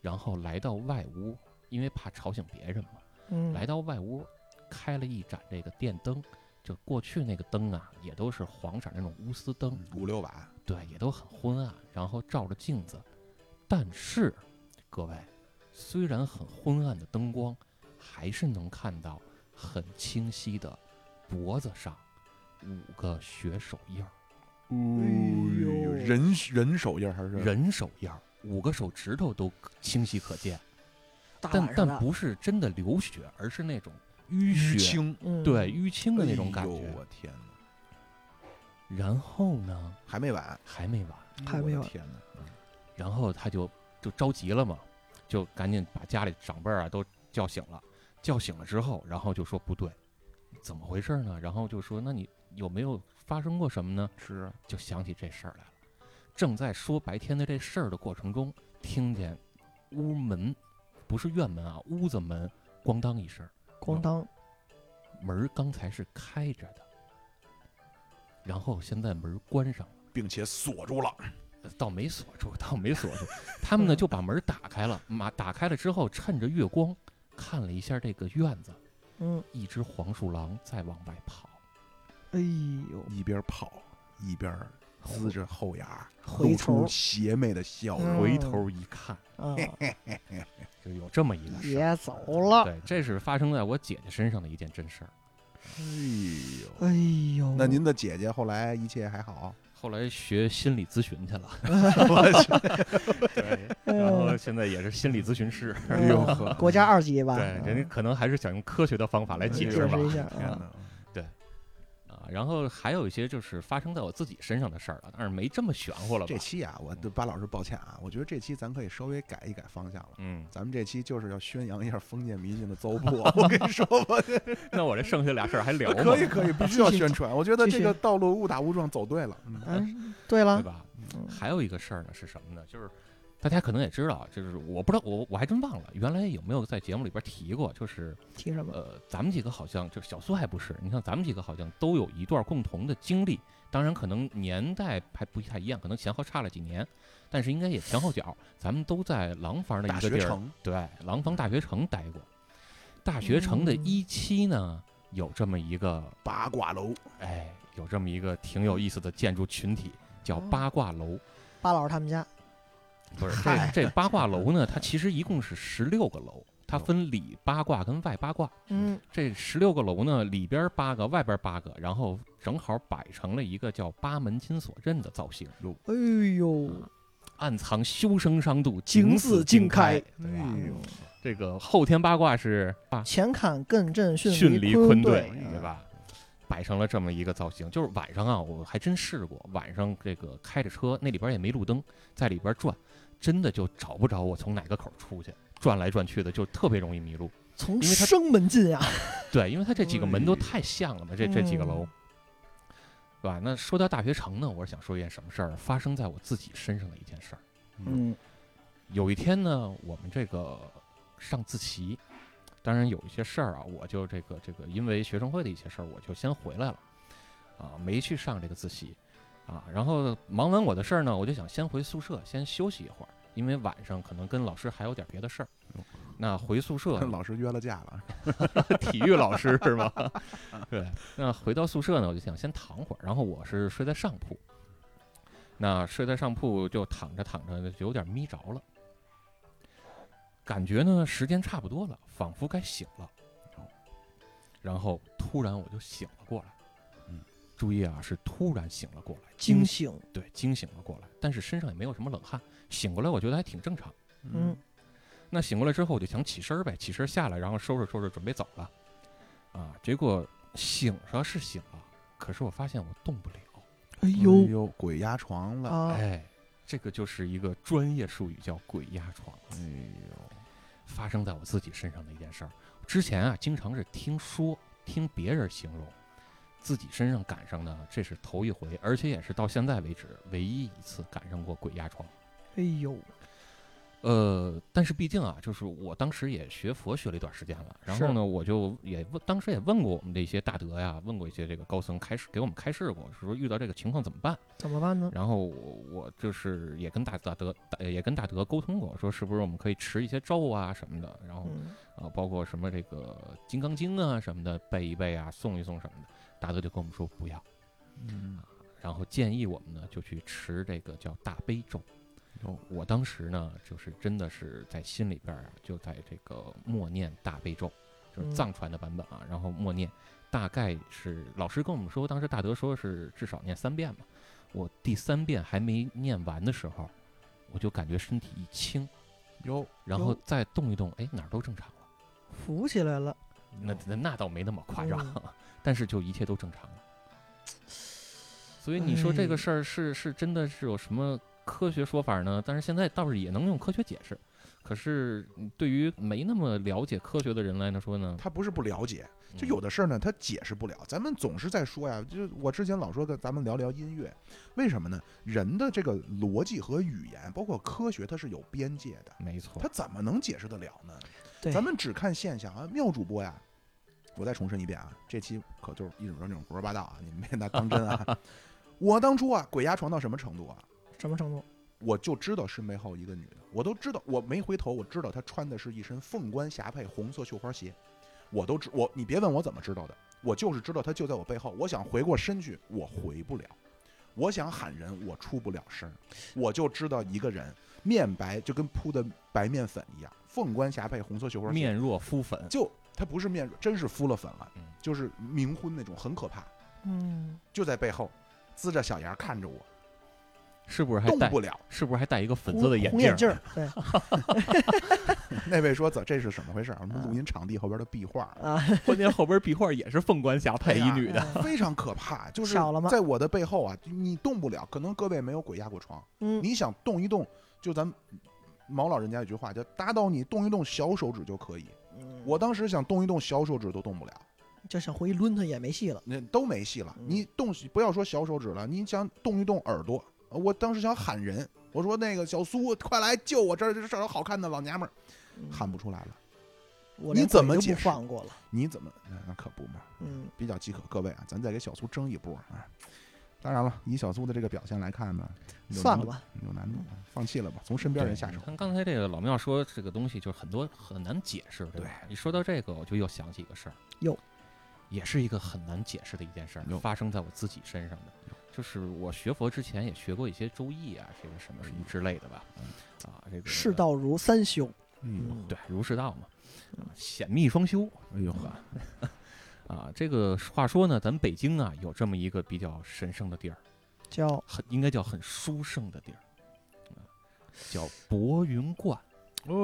然后来到外屋，因为怕吵醒别人嘛，嗯，来到外屋，开了一盏这个电灯。就过去那个灯啊，也都是黄色儿那种钨丝灯，五六把，对，也都很昏暗，然后照着镜子。但是，各位，虽然很昏暗的灯光，还是能看到很清晰的脖子上五个血手印儿，哎呦人人手印儿还是人手印儿，五个手指头都可清晰可见。大但晚上但的，不是真的流血，而是那种淤淤血，青嗯，对，淤青的那种哎感呦觉。我天哪，然后呢，还没完，还没完。嗯还没我的完天哪，然后他就就着急了嘛，就赶紧把家里长辈儿啊都叫醒了。叫醒了之后，然后就说不对，怎么回事儿呢？然后就说那你有没有发生过什么呢？是就想起这事儿来了。正在说白天的这事儿的过程中，听见屋门不是院门啊，屋子门咣当一声，咣当，门儿刚才是开着的，然后现在门儿关上了。并且锁住了，倒没锁住，倒没锁住。他们呢嗯就把门打开了，马打开了之后，趁着月光看了一下这个院子，嗯，一只黄鼠狼在往外跑，哎 呦，一边跑一边呲着后牙，回露头出邪魅的笑容。回头一看， 啊，就有这么一个事儿。别走了，对，这是发生在我姐姐身上的一件真事儿。嗯哎呦，哎呦，那您的姐姐后来一切还好？后来学心理咨询去了，我去，对，嗯哎呦然后现在也是心理咨询师。哎呦呵， 国家二级嗯吧，啊对，人家可能还是想用科学的方法来哎呦解释吧嗯解释啊一。下 天啊，哪，然后还有一些就是发生在我自己身上的事儿了，但是没这么玄乎了吧这？期啊，我对巴老师抱歉啊，我觉得这期咱可以稍微改一改方向了。嗯，咱们这期就是要宣扬一下封建迷信的糟粕，我跟你说 吧，那我这剩下俩事儿还聊吗？可以可以，必须要宣传。我觉得继续这个道路误打误撞走对了，嗯嗯，对对了，吧？嗯还有一个事儿呢是什么呢？就是大家可能也知道，就是我不知道，我我还真忘了，原来有没有在节目里边提过？就是嗯提什么？呃，咱们几个好像就是小苏还不是，你看咱们几个好像都有一段共同的经历，当然可能年代还不太一样，可能前后差了几年，但是应该也前 后脚，咱们都在廊坊的大一个学地儿，城对，廊坊大学城待过。大学城的嗯一期呢，有这么一个，八卦楼，哎，有这么一个挺有意思的建筑群体，叫哦嗯八卦楼。巴老师他们家，不是嗨这这八卦楼呢，它其实一共是十六个楼，它分里八卦跟外八卦。嗯，这十六个楼呢，里边八个，外边八个，然后正好摆成了一个叫八门金锁阵的造型，哎呦，嗯暗藏修生商度，景似自经经开开。嗯对吧哎呦，这个后天八卦是啊，前坎艮震巽离离坤兑，哎呀对嗯吧？摆成了这么一个造型，就是晚上啊，我还真试过，晚上这个开着车，那里边也没路灯，在里边转，真的就找不着我从哪个口出去，转来转去的，就特别容易迷路。嗯从因为它生门进啊，对，因为它这几个门都哎太像了嘛，这这几个楼嗯，对吧？那说到大学城呢，我是想说一件什么事儿，发生在我自己身上的一件事儿。嗯嗯，有一天呢，我们这个上自习，当然有一些事儿啊，我就这个这个，因为学生会的一些事儿，我就先回来了，啊，没去上这个自习，啊，然后忙完我的事儿呢，我就想先回宿舍，先休息一会儿，因为晚上可能跟老师还有点别的事儿哟。那回宿舍跟老师约了架了，体育老师是 吗？对。那回到宿舍呢，我就想先躺会儿，然后我是睡在上铺。那睡在上铺就躺着躺着就有点眯着了，感觉呢时间差不多了，仿佛该醒了。然后突然我就醒了过来，嗯，注意啊，是突然醒了过来，惊醒，对惊醒了过来，但是身上也没有什么冷汗，醒过来我觉得还挺正常。嗯，那醒过来之后，我就想起身儿呗，起身下来，然后收拾收拾，准备走了。啊，结果醒着是醒了，可是我发现我动不了。哎哎呦呦，鬼压床了，啊，哎，这个就是一个专业术语，叫“鬼压床哎呦，”，发生在我自己身上的一件事儿。之前啊，经常是听说、听别人形容，自己身上赶上呢，这是头一回，而且也是到现在为止唯一一次赶上过鬼压床。哎呦，呃，但是毕竟啊，就是我当时也学佛学了一段时间了，然后是呢，我就也问，当时也问过我们的一些大德呀，问过一些这个高僧开示，给我们开示过，说遇到这个情况怎么办。怎么办呢？然后我我就是也跟大大德大也跟大德沟通过，说是不是我们可以持一些咒啊什么的，然后嗯，啊，包括什么这个《金刚经》啊什么的，背一背啊，诵一诵什么的。大德就跟我们说不要，嗯，然后建议我们呢就去持这个叫大悲咒。哟我当时呢，就是真的是在心里边儿啊，就在这个默念大悲咒，就是嗯藏传的版本啊，然后默念，大概是老师跟我们说，当时大德说是至少念三遍嘛，我第三遍还没念完的时候，我就感觉身体一轻，哟，然后哟再动一动，哎，哪儿都正常了。扶起来了，那那那倒没那么夸张，嗯 但是就一切都正常了。所以你说这个哎事儿是是真的是有什么科学说法呢？但是现在倒是也能用科学解释。可是嗯对于没那么了解科学的人来说呢，他不是不了解，就嗯有的事儿呢，他解释不了。咱们总是在说呀，就我之前老说跟咱们聊聊音乐，为什么呢？人的这个逻辑和语言，包括科学，它是有边界的，没错它，怎么能解释得了呢？对，咱们只看现象啊，妙主播呀，我再重申一遍啊，这期可就是一种那种胡说八道啊，你们别拿当真啊。我当初啊，鬼压床到什么程度啊？什么程度？我就知道身背后一个女的，我都知道，我没回头，我知道她穿的是一身凤冠霞帔红色绣花鞋，我都知我，你别问我怎么知道的，我就是知道她就在我背后，我想回过身去，我回不了，我想喊人，我出不了声儿，我就知道一个人面白就跟铺的白面粉一样，凤冠霞帔红色绣花鞋，面若敷粉，就她不是面，真是敷了粉了嗯，就是冥婚那种，很可怕，嗯，就在背后，呲着小牙看着我，是不是还动戴不了。是不是还戴一个粉红色的红镜眼儿？镜儿，对那位说：“怎这是怎么回事？我嗯们录音场地后边的壁画 啊，关键后边壁画也是凤 冠霞帔对呀一女的，非常可怕，就是少了吗在我的背后啊，你动不了。可能各位没有鬼压过床， 嗯，你想动一动，就咱毛老人家有句话叫‘打倒你，动一动小手指就可以’。嗯我当时想动一动小手指都动不了，就想嗯回去抡他也没戏了，那都没戏了。嗯你动不要说小手指了，你想动一动耳朵，我当时想喊人，我说那个小苏，快来救我，这儿这儿有好看的老娘们儿，嗯喊不出来了。我你连怎鬼么都解不释放过了？你怎么？那那可不嘛，嗯，比较饥渴。各位啊，咱再给小苏争一波啊。当然了，以小苏的这个表现来看呢，有算难了度，吧，有难度，啊放弃了吧，从身边人下手。看刚才这个老庙说这个东西，就是很多很难解释，对吧？一说到这个，我就又想起一个事儿，哟，也是一个很难解释的一件事儿哟，发生在我自己身上的，就是我学佛之前也学过一些周易啊，这个什么什哎么之类的吧，啊，这个世道嗯如三修，嗯，对儒释道嘛，啊显密双修，哎呦对吧？ 啊，这个话说呢，咱北京啊有这么一个比较神圣的地儿，叫很应该叫很殊胜的地儿，啊叫博云观。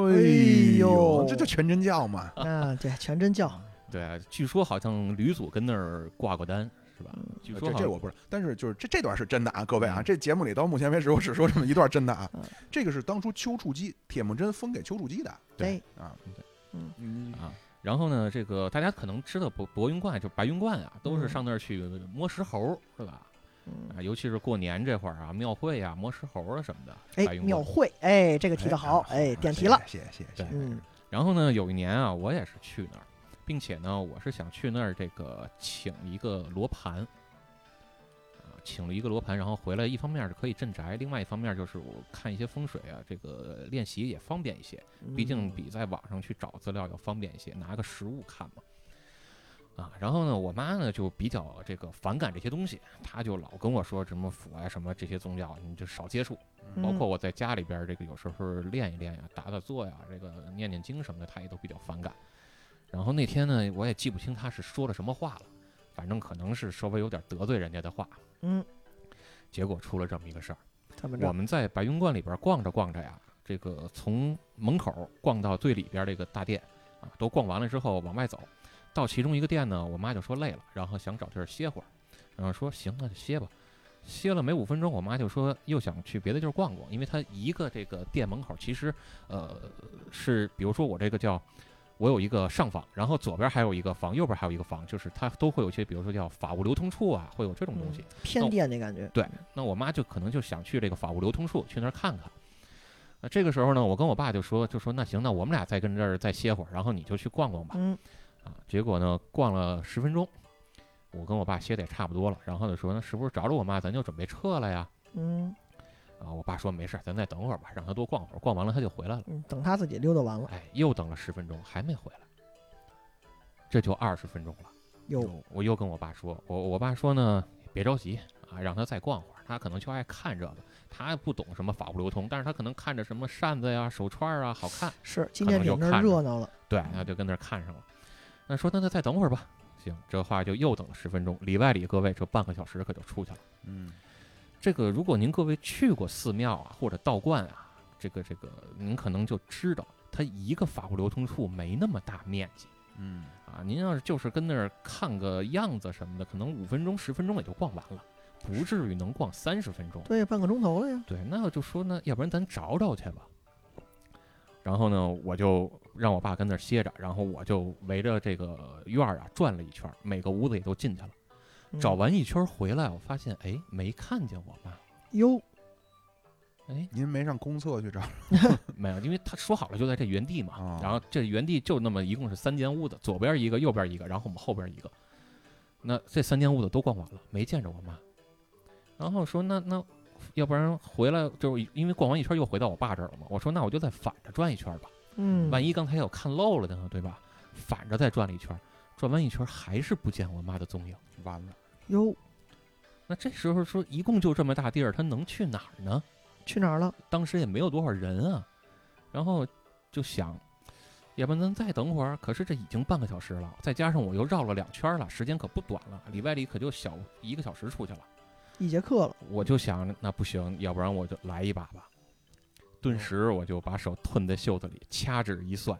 哎呦这就全真教嘛。啊，对，全真教，对啊，据说好像吕祖跟那儿挂过单，是吧？嗯据说呃这好这像我不知道，但是就是这这段是真的啊，各位啊，嗯这节目里到目前为止我只说这么一段真的啊嗯， 这个是当初丘处机铁木真分给丘处机的对对，啊，对嗯嗯啊。然后呢，这个大家可能知道博博云观，就白云观啊，都是嗯上那儿去摸石猴，是吧？嗯，啊，尤其是过年这会儿啊，庙会啊，摸石猴啊什么的。哎白，云观庙会，哎，这个提的好，哎哎，点题了，，谢谢谢谢谢对谢，嗯，然后呢，有一年啊，我也是去那儿，并且呢，我是想去那儿这个请一个罗盘，啊，请了一个罗盘，然后回来，一方面是可以镇宅，另外一方面就是我看一些风水啊，这个练习也方便一些。哎毕竟比在网上去找资料要方便一些，拿个实物看嘛。啊，然后呢，我妈呢就比较这个反感这些东西，她就老跟我说什么佛呀、什么这些宗教，啊你就少接触。包括我在家里边儿这个有时候练一练呀、打打坐呀、这个念念经什么的，她也都比较反感。然后那天呢，我也记不清她是说了什么话了，反正可能是稍微有点得罪人家的话。嗯，结果出了这么一个事儿。怎么我着？们在白云观里边逛着逛着呀，这个从门口逛到最里边这个大殿啊，都逛完了之后往外走，到其中一个店呢，我妈就说累了，然后想找地儿歇会儿，然后说行，那就歇吧。歇了没五分钟，我妈就说又想去别的地儿逛逛，因为她一个这个店门口其实，呃，是比如说我这个叫，我有一个上房，然后左边还有一个房，右边还有一个房，就是它都会有一些，比如说叫法务流通处啊，会有这种东西。偏殿那感觉，对，那我妈就可能就想去这个法务流通处去那儿看看。那这个时候呢，我跟我爸就说，就说那行，那我们俩再跟这儿再歇会儿，然后你就去逛逛吧。嗯，啊，结果呢，逛了十分钟，我跟我爸歇的也差不多了，然后就说那是不是找着我妈，咱就准备撤了呀？嗯啊，我爸说没事儿，咱再等会儿吧，让他多逛会儿，逛完了他就回来了。嗯，等他自己溜达完了，哎，又等了十分钟，还没回来，这就二十分钟了。有我又跟我爸说，我我爸说呢，别着急啊，让他再逛会儿，他可能就爱看这个，他也不懂什么法务流通，但是他可能看着什么扇子呀、手串啊好看，是纪念品可能那儿就看着热闹了，对，那就跟那儿看上了。那说那那再等会儿吧，行，这话就又等了十分钟，里外里各位这半个小时可就出去了。嗯，这个如果您各位去过寺庙啊或者道观啊，这个这个您可能就知道，它一个法务流通处没那么大面积。嗯啊，您要是就是跟那儿看个样子什么的，可能五分钟、十分钟也就逛完了，不至于能逛三十分钟。对，半个钟头了呀，对，那我就说呢，要不然咱找找去吧。然后呢，我就让我爸跟那儿歇着，然后我就围着这个院儿啊转了一圈儿，每个屋子也都进去了。嗯找完一圈儿回来，我发现哎，没看见我妈，哟，哎，您没上公厕去找？没有，因为他说好了就在这原地嘛哦。然后这原地就那么一共是三间屋子，左边一个，右边一个，然后我们后边一个。那这三间屋子都逛完了，没见着我妈。然后说那那，要不然回来就是因为逛完一圈又回到我爸这儿了嘛。我说那我就再反着转一圈吧，嗯，万一刚才有看漏了的呢，对吧？反着再转了一圈，转完一圈还是不见我妈的踪影。完了，哟，那这时候说一共就这么大地儿，他能去哪儿呢？去哪儿了？当时也没有多少人啊，然后就想，要不然咱再等会儿。可是这已经半个小时了，再加上我又绕了两圈了，时间可不短了，里外里可就小一个小时出去了。一节课了，我就想，那不行，要不然我就来一把吧。顿时我就把手吞在袖子里，掐指一算，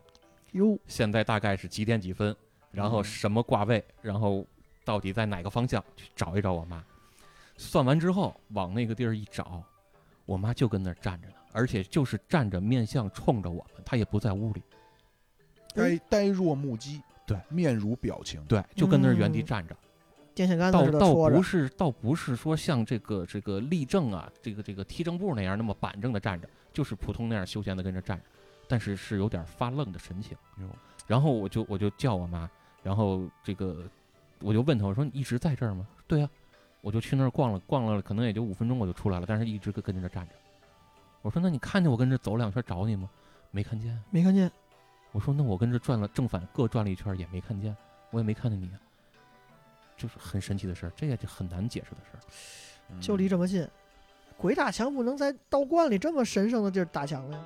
哟，现在大概是几点几分，然后嗯什么卦位，然后到底在哪个方向去找一找我妈。算完之后，往那个地儿一找，我妈就跟那儿站着呢，而且就是站着面向冲着我们，她也不在屋里，呆呆若木鸡，对，面无表情，对，就跟那儿原地嗯站着。电线杆子倒似的倒戳着不，是倒不是说像这个这个立正啊，这个这个踢正步那样那么板正的站着，就是普通那样休闲的跟着站着，但是是有点发愣的神情。然后我就我就叫我妈，然后这个我就问她，我说你一直在这儿吗？对呀、我就去那儿逛了逛了，可能也就五分钟我就出来了，但是一直跟跟着站着。我说那你看见我跟这走两圈找你吗？没看见啊。没看见，我说那我跟这转了正反各转了一圈也没看见，我也没看见你啊，就是很神奇的事儿，这也就很难解释的事儿。嗯就离这么近，鬼打墙不能在道观里这么神圣的地儿打墙了呀。